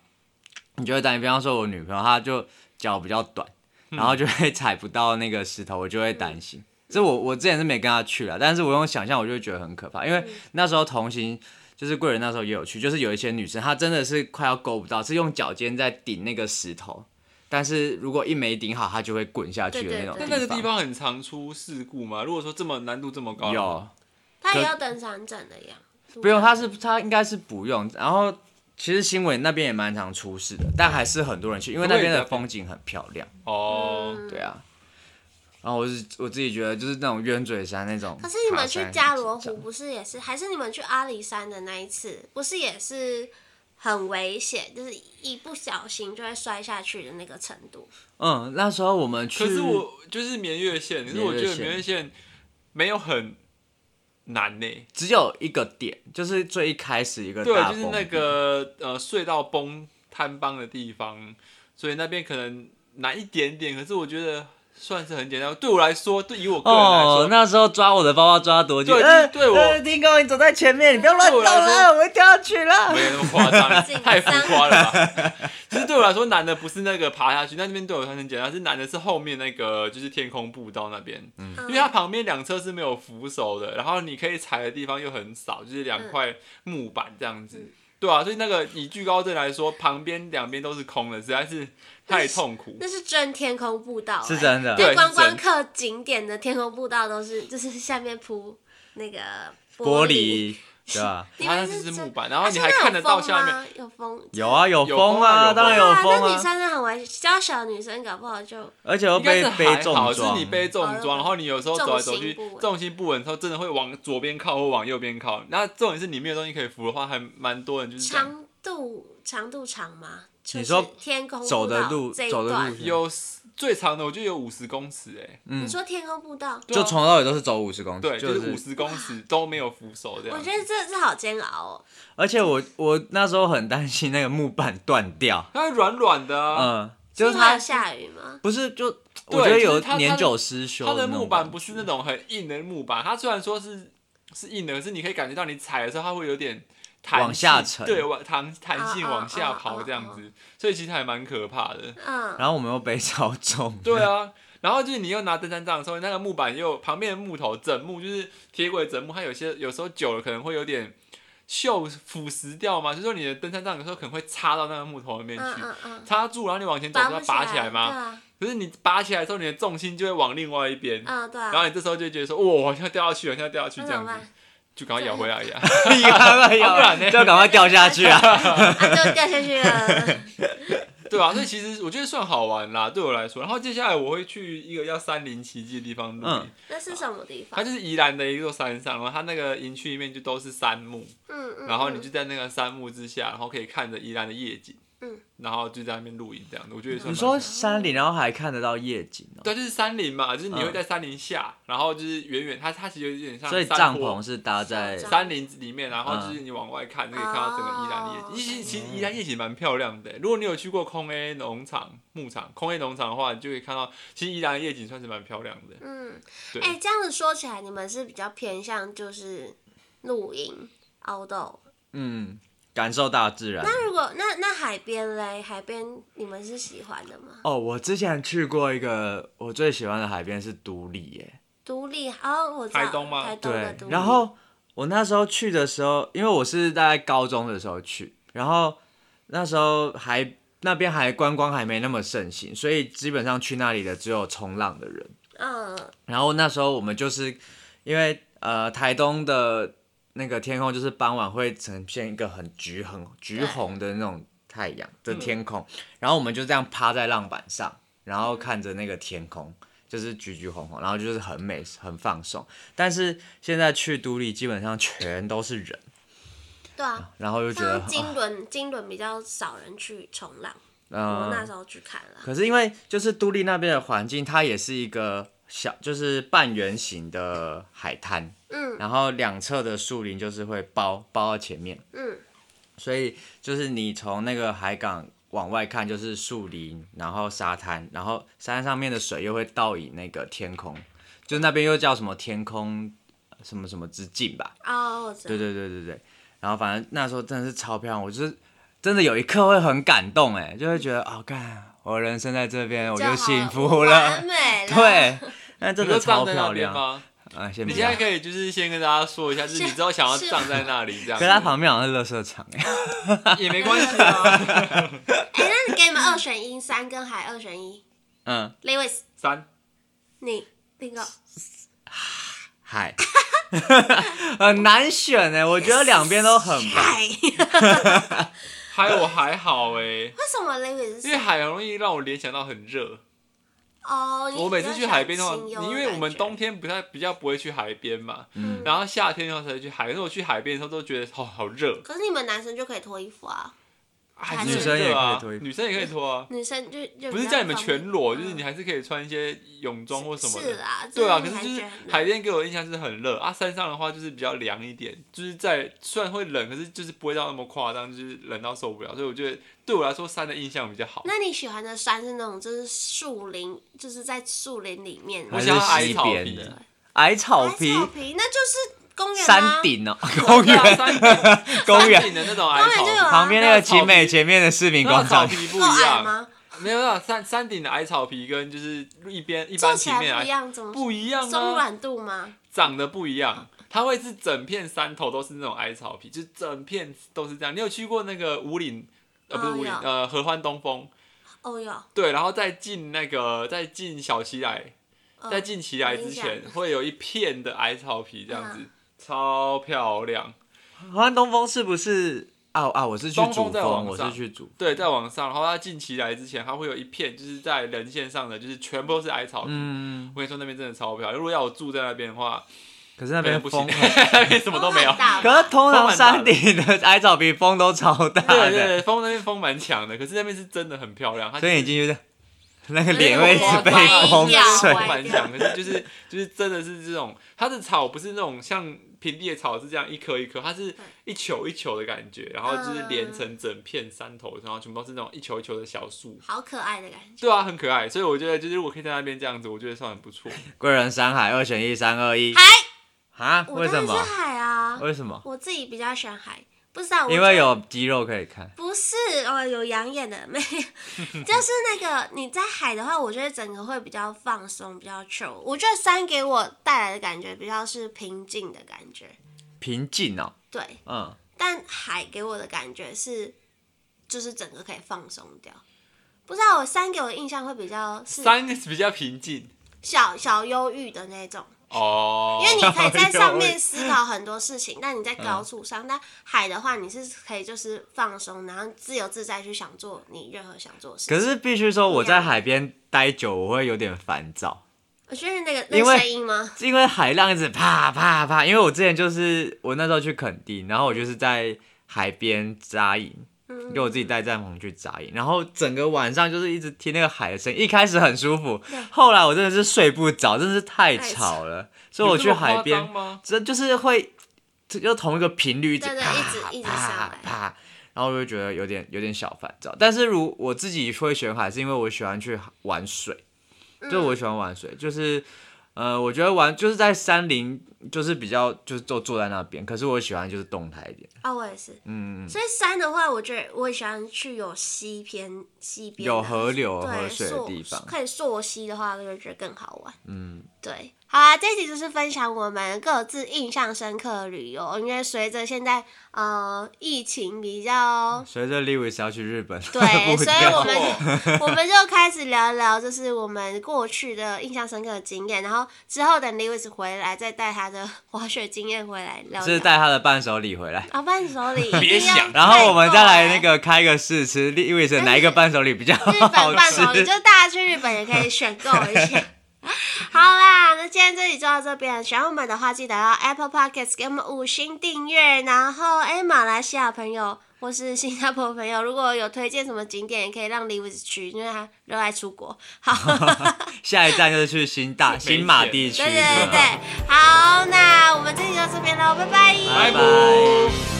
[SPEAKER 3] 你就会担心。比方说，
[SPEAKER 2] 嗯
[SPEAKER 3] 我女朋友她就脚比较短，然后就会踩不到那个石头，我就会担心。这我我之前是没跟他去了，但是我用想象我就觉得很可怕，
[SPEAKER 2] 嗯
[SPEAKER 3] 因为那时候同行就是贵人那时候也有去，就是有一些女生她真的是快要勾不到，是用脚尖在顶那个石头，但是如果一没顶好，她就会滚下去的那种
[SPEAKER 1] 对对
[SPEAKER 2] 那那个地方很常出事故嘛？如果说这么难度这么高，
[SPEAKER 3] 有，
[SPEAKER 1] 他也
[SPEAKER 3] 可
[SPEAKER 1] 要登山证的呀？
[SPEAKER 3] 不用，他是他应该是不用。然后其实新闻那边也蛮常出事的，但还是很多人去，因为那边的风景很漂亮。
[SPEAKER 2] 哦，
[SPEAKER 3] 对啊。然后我是我自己觉得就是那种冤嘴山那种爬
[SPEAKER 1] 可
[SPEAKER 3] 山。
[SPEAKER 1] 是你们去加罗
[SPEAKER 3] 这
[SPEAKER 1] 湖
[SPEAKER 3] 样
[SPEAKER 1] 不是也是，还是你们去阿里山的那一次，不是也是很危险，就是一不小心就会摔下去的那个程度。
[SPEAKER 3] 嗯，那时候我们去，
[SPEAKER 2] 可是我就是绵月线，可是我觉得
[SPEAKER 3] 绵
[SPEAKER 2] 绵
[SPEAKER 3] 月
[SPEAKER 2] 月线没有很难呢、
[SPEAKER 3] 只有一个点，就是最一开始一个
[SPEAKER 2] 对，
[SPEAKER 3] 大
[SPEAKER 2] 就是
[SPEAKER 3] 崩
[SPEAKER 2] 那个呃隧道崩坍方的地方，所以那边可能难一点点，可是我觉得算是很简单。对我来说，对以我个人来说，
[SPEAKER 3] 哦，那时候抓我的包包抓多久？
[SPEAKER 2] 对
[SPEAKER 3] 呃
[SPEAKER 2] 对我
[SPEAKER 3] 呃丁哥，你走在前面，你不要乱
[SPEAKER 2] 对
[SPEAKER 3] 动
[SPEAKER 2] 我来说
[SPEAKER 3] 了，我会掉下去 了
[SPEAKER 2] 没。有那么夸张
[SPEAKER 1] 紧，张
[SPEAKER 2] 太浮夸了 吧？其实对我来说，难的不是那个爬下去，那那边对我来说很简单，是难的是后面那个就是天空步道那边，嗯因
[SPEAKER 1] 嗯
[SPEAKER 2] 为它旁边两侧是没有扶手的，然后你可以踩的地方又很少，就是两块木板这样
[SPEAKER 1] 嗯
[SPEAKER 2] 子。对啊，所以那个以惧高症来说，旁边两边都是空的，实在是太痛苦。
[SPEAKER 1] 那是真天空步道、欸，
[SPEAKER 3] 是真的
[SPEAKER 2] 对
[SPEAKER 1] 对，
[SPEAKER 2] 是
[SPEAKER 1] 观光
[SPEAKER 2] 真
[SPEAKER 1] 客景点的天空步道都是，就是下面铺那个璃，
[SPEAKER 3] 玻璃，对吧？
[SPEAKER 1] 你
[SPEAKER 2] 它那
[SPEAKER 1] 们
[SPEAKER 2] 只是
[SPEAKER 1] 真
[SPEAKER 2] 木板，然后
[SPEAKER 1] 啊
[SPEAKER 2] 你
[SPEAKER 1] 现
[SPEAKER 2] 还
[SPEAKER 1] 在有
[SPEAKER 2] 看得到
[SPEAKER 1] 风
[SPEAKER 2] 下面。
[SPEAKER 1] 吗有风，
[SPEAKER 3] 有啊，有
[SPEAKER 2] 有
[SPEAKER 3] 风
[SPEAKER 2] 风啊
[SPEAKER 3] 啊，
[SPEAKER 2] 有
[SPEAKER 3] 当然
[SPEAKER 2] 风
[SPEAKER 1] 对
[SPEAKER 3] 有
[SPEAKER 1] 啊，
[SPEAKER 3] 风
[SPEAKER 1] 那女
[SPEAKER 3] 啊，
[SPEAKER 1] 生很危险，娇小女生搞不好就
[SPEAKER 3] 而且又
[SPEAKER 2] 应该
[SPEAKER 3] 被
[SPEAKER 2] 是
[SPEAKER 3] 被
[SPEAKER 2] 还
[SPEAKER 3] 重
[SPEAKER 2] 好，是
[SPEAKER 3] 撞
[SPEAKER 2] 你。背重
[SPEAKER 1] 哦
[SPEAKER 2] 撞，然后你有时候走来走去
[SPEAKER 1] 重心不稳
[SPEAKER 2] 重心不稳的时候，真的会往左边靠或往右边靠。那重点是你没有东西可以扶的话，还蛮多人就是这样
[SPEAKER 1] 长度长度长吗？
[SPEAKER 3] 你
[SPEAKER 1] 就是
[SPEAKER 3] 说
[SPEAKER 1] 天空步
[SPEAKER 3] 走的
[SPEAKER 1] 道
[SPEAKER 3] 路
[SPEAKER 1] 这一
[SPEAKER 3] 走的
[SPEAKER 1] 段
[SPEAKER 3] 路
[SPEAKER 2] 有最长的，我觉得有五十公尺哎、
[SPEAKER 1] 你说天空步道，
[SPEAKER 2] 对啊
[SPEAKER 3] 就从头到尾都是走五十公
[SPEAKER 2] 对，
[SPEAKER 3] 尺，
[SPEAKER 2] 就是是五十公尺都没有扶手这样
[SPEAKER 1] 我。觉得这这好煎熬哦。
[SPEAKER 3] 而且我我那时候很担心那个木板断掉，
[SPEAKER 2] 它软软的、啊，
[SPEAKER 3] 嗯，就是
[SPEAKER 1] 因为有
[SPEAKER 3] 它
[SPEAKER 1] 下雨吗？
[SPEAKER 3] 不是就
[SPEAKER 2] 对
[SPEAKER 3] 我觉得有
[SPEAKER 2] 就是它
[SPEAKER 3] 年久失修
[SPEAKER 2] 它的
[SPEAKER 3] 那种
[SPEAKER 2] 木板
[SPEAKER 3] 感
[SPEAKER 2] 不是
[SPEAKER 3] 觉
[SPEAKER 2] 那种很硬的木板，它虽然说是是硬的，可是你可以感觉到你踩的时候，它会有点弹
[SPEAKER 3] 往下
[SPEAKER 2] 性
[SPEAKER 3] 沉
[SPEAKER 2] 对，往弹弹性
[SPEAKER 1] 啊啊
[SPEAKER 2] 往下
[SPEAKER 1] 啊
[SPEAKER 2] 跑
[SPEAKER 1] 啊
[SPEAKER 2] 这样
[SPEAKER 1] 啊
[SPEAKER 2] 子，所以其实还蛮可怕的。
[SPEAKER 1] 嗯，
[SPEAKER 3] 然后我们又背超 重，
[SPEAKER 2] 对啊，然后就是你又拿登山杖的时候，那个木板又旁边的木头枕木，就是铁轨枕木，它有些有时候久了可能会有点锈腐蚀掉嘛，就是说你的登山杖有时候可能会插到那个木头那边
[SPEAKER 1] 嗯
[SPEAKER 2] 去，
[SPEAKER 1] 嗯嗯，
[SPEAKER 2] 插住，然后你往前走
[SPEAKER 1] 拔
[SPEAKER 2] 就要
[SPEAKER 1] 不
[SPEAKER 2] 拔
[SPEAKER 1] 起
[SPEAKER 2] 起来嘛。
[SPEAKER 1] 嘛？
[SPEAKER 2] 可是你拔起来的时候，你的重心就会往另外一边，
[SPEAKER 1] 对啊，嗯对
[SPEAKER 2] 然后
[SPEAKER 1] 啊，
[SPEAKER 2] 你这时候就觉得说，哇，我好像掉下去了，好像掉下去
[SPEAKER 1] 那
[SPEAKER 2] 这
[SPEAKER 1] 怎么
[SPEAKER 2] 样
[SPEAKER 1] 办
[SPEAKER 2] 子？，就赶快咬回来一下。
[SPEAKER 3] 你赶快
[SPEAKER 2] 啊不然呢
[SPEAKER 3] 就赶快掉下去啊！
[SPEAKER 1] 啊，就掉下去了。
[SPEAKER 2] 对啊，所以其实我觉得算好玩啦，对我来说。然后接下来我会去一个叫三林奇迹的地方露营。
[SPEAKER 3] 嗯
[SPEAKER 1] 那是什么地
[SPEAKER 2] 它
[SPEAKER 1] 方？
[SPEAKER 2] 就是宜兰的一座山上，然后它那个营区里面就都是杉木，
[SPEAKER 1] 嗯嗯，
[SPEAKER 2] 然后你
[SPEAKER 1] 嗯
[SPEAKER 2] 就在那个杉木之下，然后可以看着宜兰的夜景，
[SPEAKER 1] 嗯，
[SPEAKER 2] 然后就在那边露营这样子，我觉得也算
[SPEAKER 3] 你
[SPEAKER 2] 蛮
[SPEAKER 3] 说山里，然后还看得到夜景哦，
[SPEAKER 2] 对，就是山林嘛，就是你会
[SPEAKER 3] 嗯
[SPEAKER 2] 在山林下，然后就是远远它它其实有点像
[SPEAKER 3] 所以
[SPEAKER 2] 山
[SPEAKER 3] 帐
[SPEAKER 2] 坡
[SPEAKER 3] 篷是搭在
[SPEAKER 1] 山
[SPEAKER 2] 山林里面，然后就是你往外看，就可以看到整个宜兰的夜景。
[SPEAKER 1] 哦
[SPEAKER 2] 其实其实宜兰夜景蛮漂亮的，欸如果你有去过空 A 农场牧场、空 A 农场的话，你就可以看到，其实宜兰的夜景算是蛮漂亮的。
[SPEAKER 1] 嗯，
[SPEAKER 2] 对
[SPEAKER 1] 哎、这样子说起来，你们是比较偏向就是露营、凹豆。
[SPEAKER 3] 嗯，感受大自然。
[SPEAKER 1] 那如果那那海边嘞，海边你们是喜欢的吗？
[SPEAKER 3] 哦，我之前去过一个我最喜欢的海边是独立耶，
[SPEAKER 1] 独立哦，我知道
[SPEAKER 2] 台东吗
[SPEAKER 1] 台东的
[SPEAKER 3] 对
[SPEAKER 1] 独，立。
[SPEAKER 3] 然后我那时候去的时候，因为我是大概高中的时候去，然后那时候还那边还观光还没那么盛行，所以基本上去那里的只有冲浪的人。
[SPEAKER 1] 嗯，
[SPEAKER 3] 然后那时候我们就是因为呃台东的那个天空就是傍晚会呈现一个很橘很橘红的那种太阳的天空，然后我们就这样趴在浪板上，然后看着那个天空。就是橘橘红红，然后就是很美，很放松。但是现在去都里基本上全都是人，
[SPEAKER 1] 对啊，
[SPEAKER 3] 然后又觉得
[SPEAKER 1] 像
[SPEAKER 3] 很，
[SPEAKER 1] 金轮，金轮比较少人去冲浪，我
[SPEAKER 3] 嗯、
[SPEAKER 1] 那时候去看了。
[SPEAKER 3] 可是因为就是都立那边的环境，它也是一个小，就是半圆形的海滩，
[SPEAKER 1] 嗯
[SPEAKER 3] 然后两侧的树林就是会包包到前面，
[SPEAKER 1] 嗯，
[SPEAKER 3] 所以就是你从那个海港往外看，就是树林，然后沙滩，然后沙滩上面的水又会倒影那个天空，就那边又叫什么天空什么什么之境吧，
[SPEAKER 1] 哦，我知道。
[SPEAKER 3] 对对对对对，然后反正那时候真的是超漂亮，我就是真的有一刻会很感动，欸哎，就会觉得哦，干，我人生在这边我
[SPEAKER 1] 我
[SPEAKER 3] 就幸福了
[SPEAKER 1] 完，美了。啊
[SPEAKER 3] 对，那真
[SPEAKER 2] 你都
[SPEAKER 3] 的
[SPEAKER 2] 站
[SPEAKER 3] 超
[SPEAKER 2] 在
[SPEAKER 3] 漂
[SPEAKER 2] 那边
[SPEAKER 3] 亮
[SPEAKER 2] 吗？
[SPEAKER 3] 啊！先
[SPEAKER 2] 你
[SPEAKER 3] 不
[SPEAKER 2] 现
[SPEAKER 3] 要
[SPEAKER 2] 在。可以就是先跟大家说一 下，就是你知道想要站在那里这样子，
[SPEAKER 3] 可是啊它旁边好像是垃圾场哎，
[SPEAKER 2] 也没关系啊。
[SPEAKER 1] 哎，那你给你们二选一，三跟海二选一
[SPEAKER 3] 嗯，
[SPEAKER 1] ，Lewis，
[SPEAKER 2] 三，
[SPEAKER 1] 你 bingo，
[SPEAKER 3] 海， 很难选哎，我觉得两边都很棒。
[SPEAKER 1] 海， 为
[SPEAKER 2] 还有还好哎，
[SPEAKER 1] 什么 Lewis
[SPEAKER 2] 因为
[SPEAKER 1] 是
[SPEAKER 2] 海很容易让我联想到很热。
[SPEAKER 1] 哦？你
[SPEAKER 2] 我每次去海边的话，
[SPEAKER 1] 比较喜欢清幽的
[SPEAKER 2] 因为我们
[SPEAKER 1] 感觉
[SPEAKER 2] 冬天不太比较不会去海边嘛，
[SPEAKER 1] 嗯
[SPEAKER 2] 然后夏天的话才会去海。可是我去海边的时候都觉得哦好热，
[SPEAKER 1] 可是你们男生就可以脱衣服啊，
[SPEAKER 2] 还
[SPEAKER 1] 女
[SPEAKER 2] 是
[SPEAKER 1] 生
[SPEAKER 2] 很热啊
[SPEAKER 3] 也可以脱衣服
[SPEAKER 2] 女生也可以脱啊，
[SPEAKER 1] 女生就就
[SPEAKER 2] 不
[SPEAKER 1] 比
[SPEAKER 2] 是
[SPEAKER 1] 较
[SPEAKER 2] 叫你们
[SPEAKER 1] 方便
[SPEAKER 2] 全裸，就是
[SPEAKER 1] 嗯
[SPEAKER 2] 你还是可以穿一些泳装或什么
[SPEAKER 1] 是
[SPEAKER 2] 的。
[SPEAKER 1] 啊，
[SPEAKER 2] 对啊，
[SPEAKER 1] 这
[SPEAKER 2] 可
[SPEAKER 1] 个还
[SPEAKER 2] 是就是
[SPEAKER 1] 觉得
[SPEAKER 2] 海边给我的印象就是很热啊，山上的话就是比较凉一点，就是在虽然会冷，可是就是不会到那么夸张，就是冷到受不了。所以我觉得对我来说山的印象比较好。
[SPEAKER 1] 那你喜欢的山是那种就是树林，就是在树林里面
[SPEAKER 2] 我
[SPEAKER 3] 还
[SPEAKER 1] 的
[SPEAKER 3] 是
[SPEAKER 2] 想要矮
[SPEAKER 3] 西
[SPEAKER 2] 草
[SPEAKER 3] 边
[SPEAKER 2] 皮啊
[SPEAKER 3] 的矮草
[SPEAKER 1] 海
[SPEAKER 3] 皮、
[SPEAKER 1] 草皮，那就是公园吗
[SPEAKER 3] 山 顶哦， 公
[SPEAKER 2] 对啊
[SPEAKER 3] 园、
[SPEAKER 2] 山顶
[SPEAKER 3] 公园
[SPEAKER 2] 山顶的那种
[SPEAKER 1] 公
[SPEAKER 2] 矮
[SPEAKER 1] 园
[SPEAKER 2] 草
[SPEAKER 1] 就
[SPEAKER 2] 皮
[SPEAKER 1] 有，啊
[SPEAKER 3] 旁边那
[SPEAKER 2] 那
[SPEAKER 3] 个
[SPEAKER 2] 个草
[SPEAKER 3] 景美
[SPEAKER 2] 皮
[SPEAKER 3] 前面的市民
[SPEAKER 2] 那
[SPEAKER 3] 广
[SPEAKER 2] 草
[SPEAKER 3] 场，
[SPEAKER 2] 皮不
[SPEAKER 1] 够
[SPEAKER 2] 一
[SPEAKER 1] 矮
[SPEAKER 2] 样，
[SPEAKER 1] 吗？
[SPEAKER 2] 没有那山山顶的矮草皮跟就是一边一
[SPEAKER 1] 做
[SPEAKER 2] 般
[SPEAKER 1] 起
[SPEAKER 2] 平
[SPEAKER 1] 来不一
[SPEAKER 2] 面的矮
[SPEAKER 1] 样，怎么
[SPEAKER 2] 不一样
[SPEAKER 1] 松
[SPEAKER 2] 啊，
[SPEAKER 1] 软度吗？
[SPEAKER 2] 长得不一样，它会是整片山头都是那种矮草皮，就是整片都是这样。你有去过那个五岭？呃，不是
[SPEAKER 1] 哦
[SPEAKER 2] 五岭，
[SPEAKER 1] 有
[SPEAKER 2] 呃，合欢东峰。
[SPEAKER 1] 哦哟，
[SPEAKER 2] 对，然后再进那个，再进小溪来，
[SPEAKER 1] 嗯
[SPEAKER 2] 在进奇来之前，会有一片的矮草皮这样子，
[SPEAKER 1] 嗯
[SPEAKER 2] 超漂亮。
[SPEAKER 3] 欢东风是不是啊啊？我是去
[SPEAKER 2] 东风
[SPEAKER 3] 主
[SPEAKER 2] 在
[SPEAKER 3] 峰，
[SPEAKER 2] 往
[SPEAKER 3] 我
[SPEAKER 2] 上
[SPEAKER 3] 是去主
[SPEAKER 2] 对，在往上，然后它进奇来之前，它会有一片就是在人线上的，就是全部都是矮草皮。
[SPEAKER 3] 嗯，
[SPEAKER 2] 我跟你说，那边真的超漂亮。如果要我住在那边的 话，
[SPEAKER 3] 可是那
[SPEAKER 2] 那
[SPEAKER 3] 边
[SPEAKER 2] 不行，
[SPEAKER 3] 风，
[SPEAKER 2] 那边什么都没有
[SPEAKER 1] 哦风很。大吧
[SPEAKER 3] 可是通常山顶 的矮草皮风都超大
[SPEAKER 2] 对对
[SPEAKER 3] 的，
[SPEAKER 2] 对，风那边风蛮强的，可是那边是真的很漂亮。它
[SPEAKER 3] 所以你进去的 那个
[SPEAKER 2] 就是
[SPEAKER 3] 脸会一直
[SPEAKER 2] 哎
[SPEAKER 3] 被 风
[SPEAKER 1] 吹
[SPEAKER 2] 风蛮强，可是就是就是真的是这种，它的草不是那种像平地的草是这样一颗一颗，它是一球一球的感觉，然后就是连成整片山头，然后全部都是那种一球一球的小树。
[SPEAKER 1] 好可爱的感觉。
[SPEAKER 2] 对啊，很可爱，所以我觉得就是如果可以在那边这样子，我觉得算很不错。
[SPEAKER 3] 贵人山海二选一，三二一
[SPEAKER 1] 海，
[SPEAKER 3] 啊？
[SPEAKER 1] 我
[SPEAKER 3] 为什
[SPEAKER 1] 当然
[SPEAKER 3] 么
[SPEAKER 1] 是？海啊，
[SPEAKER 3] 为什么？
[SPEAKER 1] 我自己比较喜欢海，不啊知道
[SPEAKER 3] 因为。有肌肉可以看。
[SPEAKER 1] 不是哦，有养眼的没有， 就是那个你在海的话，我觉得整个会比较放松，比较 chill。我觉得山给我带来的感觉比较是平静的感觉，
[SPEAKER 3] 平静哦，
[SPEAKER 1] 对。
[SPEAKER 3] 嗯，
[SPEAKER 1] 但海给我的感觉是，就是整个可以放松掉。不知道我山给我的印象会比较是
[SPEAKER 2] 山比较平静
[SPEAKER 1] 小小忧郁的那种，
[SPEAKER 2] 哦
[SPEAKER 1] 因，为你可以在上面思考很多事 情，但你在高处上，但海的话你是可以就是放松，然后自由自在去想做你任何想做的事情。
[SPEAKER 3] 可是必须说我在海边待久，我会有点烦躁，
[SPEAKER 1] 我觉哦得那个那
[SPEAKER 3] 因
[SPEAKER 1] 个
[SPEAKER 3] 为
[SPEAKER 1] 声音吗？
[SPEAKER 3] 因为海浪一直啪啪啪。因为我之前就是我那时候去垦丁，然后我就是在海边扎营，
[SPEAKER 1] 嗯
[SPEAKER 3] 给我自己带帐篷去扎营，然后整个晚上就是一直听那个海的声音，一开始很舒服
[SPEAKER 1] 对，
[SPEAKER 3] 后来我真的是睡不着，真的是太
[SPEAKER 1] 太
[SPEAKER 3] 吵了，所以
[SPEAKER 2] 有
[SPEAKER 3] 我
[SPEAKER 2] 这
[SPEAKER 3] 去
[SPEAKER 2] 么
[SPEAKER 3] 海
[SPEAKER 2] 夸
[SPEAKER 3] 边
[SPEAKER 2] 张，吗？
[SPEAKER 3] 这就是会，这就同一个频率一直
[SPEAKER 1] 对对
[SPEAKER 3] 啪
[SPEAKER 1] 一直一直上
[SPEAKER 3] 啪
[SPEAKER 1] 来
[SPEAKER 3] 啪，然后我就觉得有点有点小烦躁。但是如我自己会选海，是因为我喜欢去玩水，就
[SPEAKER 1] 嗯
[SPEAKER 3] 我喜欢玩水，就是呃，我觉得玩就是在山林，就是比较就是就坐在那边，可是我喜欢就是动态一点，
[SPEAKER 1] 啊，我也是。
[SPEAKER 3] 嗯，
[SPEAKER 1] 所以山的话，我觉得我也喜欢去有溪边、溪边的啊
[SPEAKER 3] 有河流河
[SPEAKER 1] 对，
[SPEAKER 3] 水的
[SPEAKER 1] 溯
[SPEAKER 3] 地方，
[SPEAKER 1] 可以溯溪的话，我就觉得更好玩。
[SPEAKER 3] 嗯。
[SPEAKER 1] 对，好啦，这一集就是分享我们各自印象深刻的旅游，因为随着现在呃疫情比 较。
[SPEAKER 3] 随着 Lewis 要去日本，
[SPEAKER 1] 对，
[SPEAKER 3] 不
[SPEAKER 1] 所
[SPEAKER 3] 一
[SPEAKER 1] 以
[SPEAKER 3] 样
[SPEAKER 1] 我们就我们就开始聊聊，就是我们过去的印象深刻的经验，然后之后等 Lewis 回来，再带他的滑雪经验回来聊
[SPEAKER 3] 是
[SPEAKER 1] 聊。
[SPEAKER 3] 带他的伴手礼回来，
[SPEAKER 1] 啊，伴手 礼，
[SPEAKER 2] 别
[SPEAKER 1] 一定要
[SPEAKER 2] 想
[SPEAKER 3] 然后我们再
[SPEAKER 1] 带
[SPEAKER 3] 来
[SPEAKER 1] 过
[SPEAKER 3] 那个开个试吃，Lewis 的哪一个伴手礼比较好
[SPEAKER 1] 日本伴手礼，
[SPEAKER 3] 吃
[SPEAKER 1] 就？大家去日本也可以选购一下。 好啦，那今天这里就到这边。喜欢我们的话，记得到 Apple Podcast 给我们五星订阅。然后，哎、马来西亚朋友或是新加坡朋友，如果有推荐什么景点，也可以让 Lewis 去，因为他热爱出国。好，
[SPEAKER 3] 下一站就是去新大
[SPEAKER 2] 没钱
[SPEAKER 3] 新马地区，
[SPEAKER 1] 对对
[SPEAKER 3] 是
[SPEAKER 1] 对
[SPEAKER 3] 吗
[SPEAKER 1] 对，好，那我们这里就到这边喽，拜拜
[SPEAKER 2] 拜
[SPEAKER 3] 拜
[SPEAKER 2] 拜。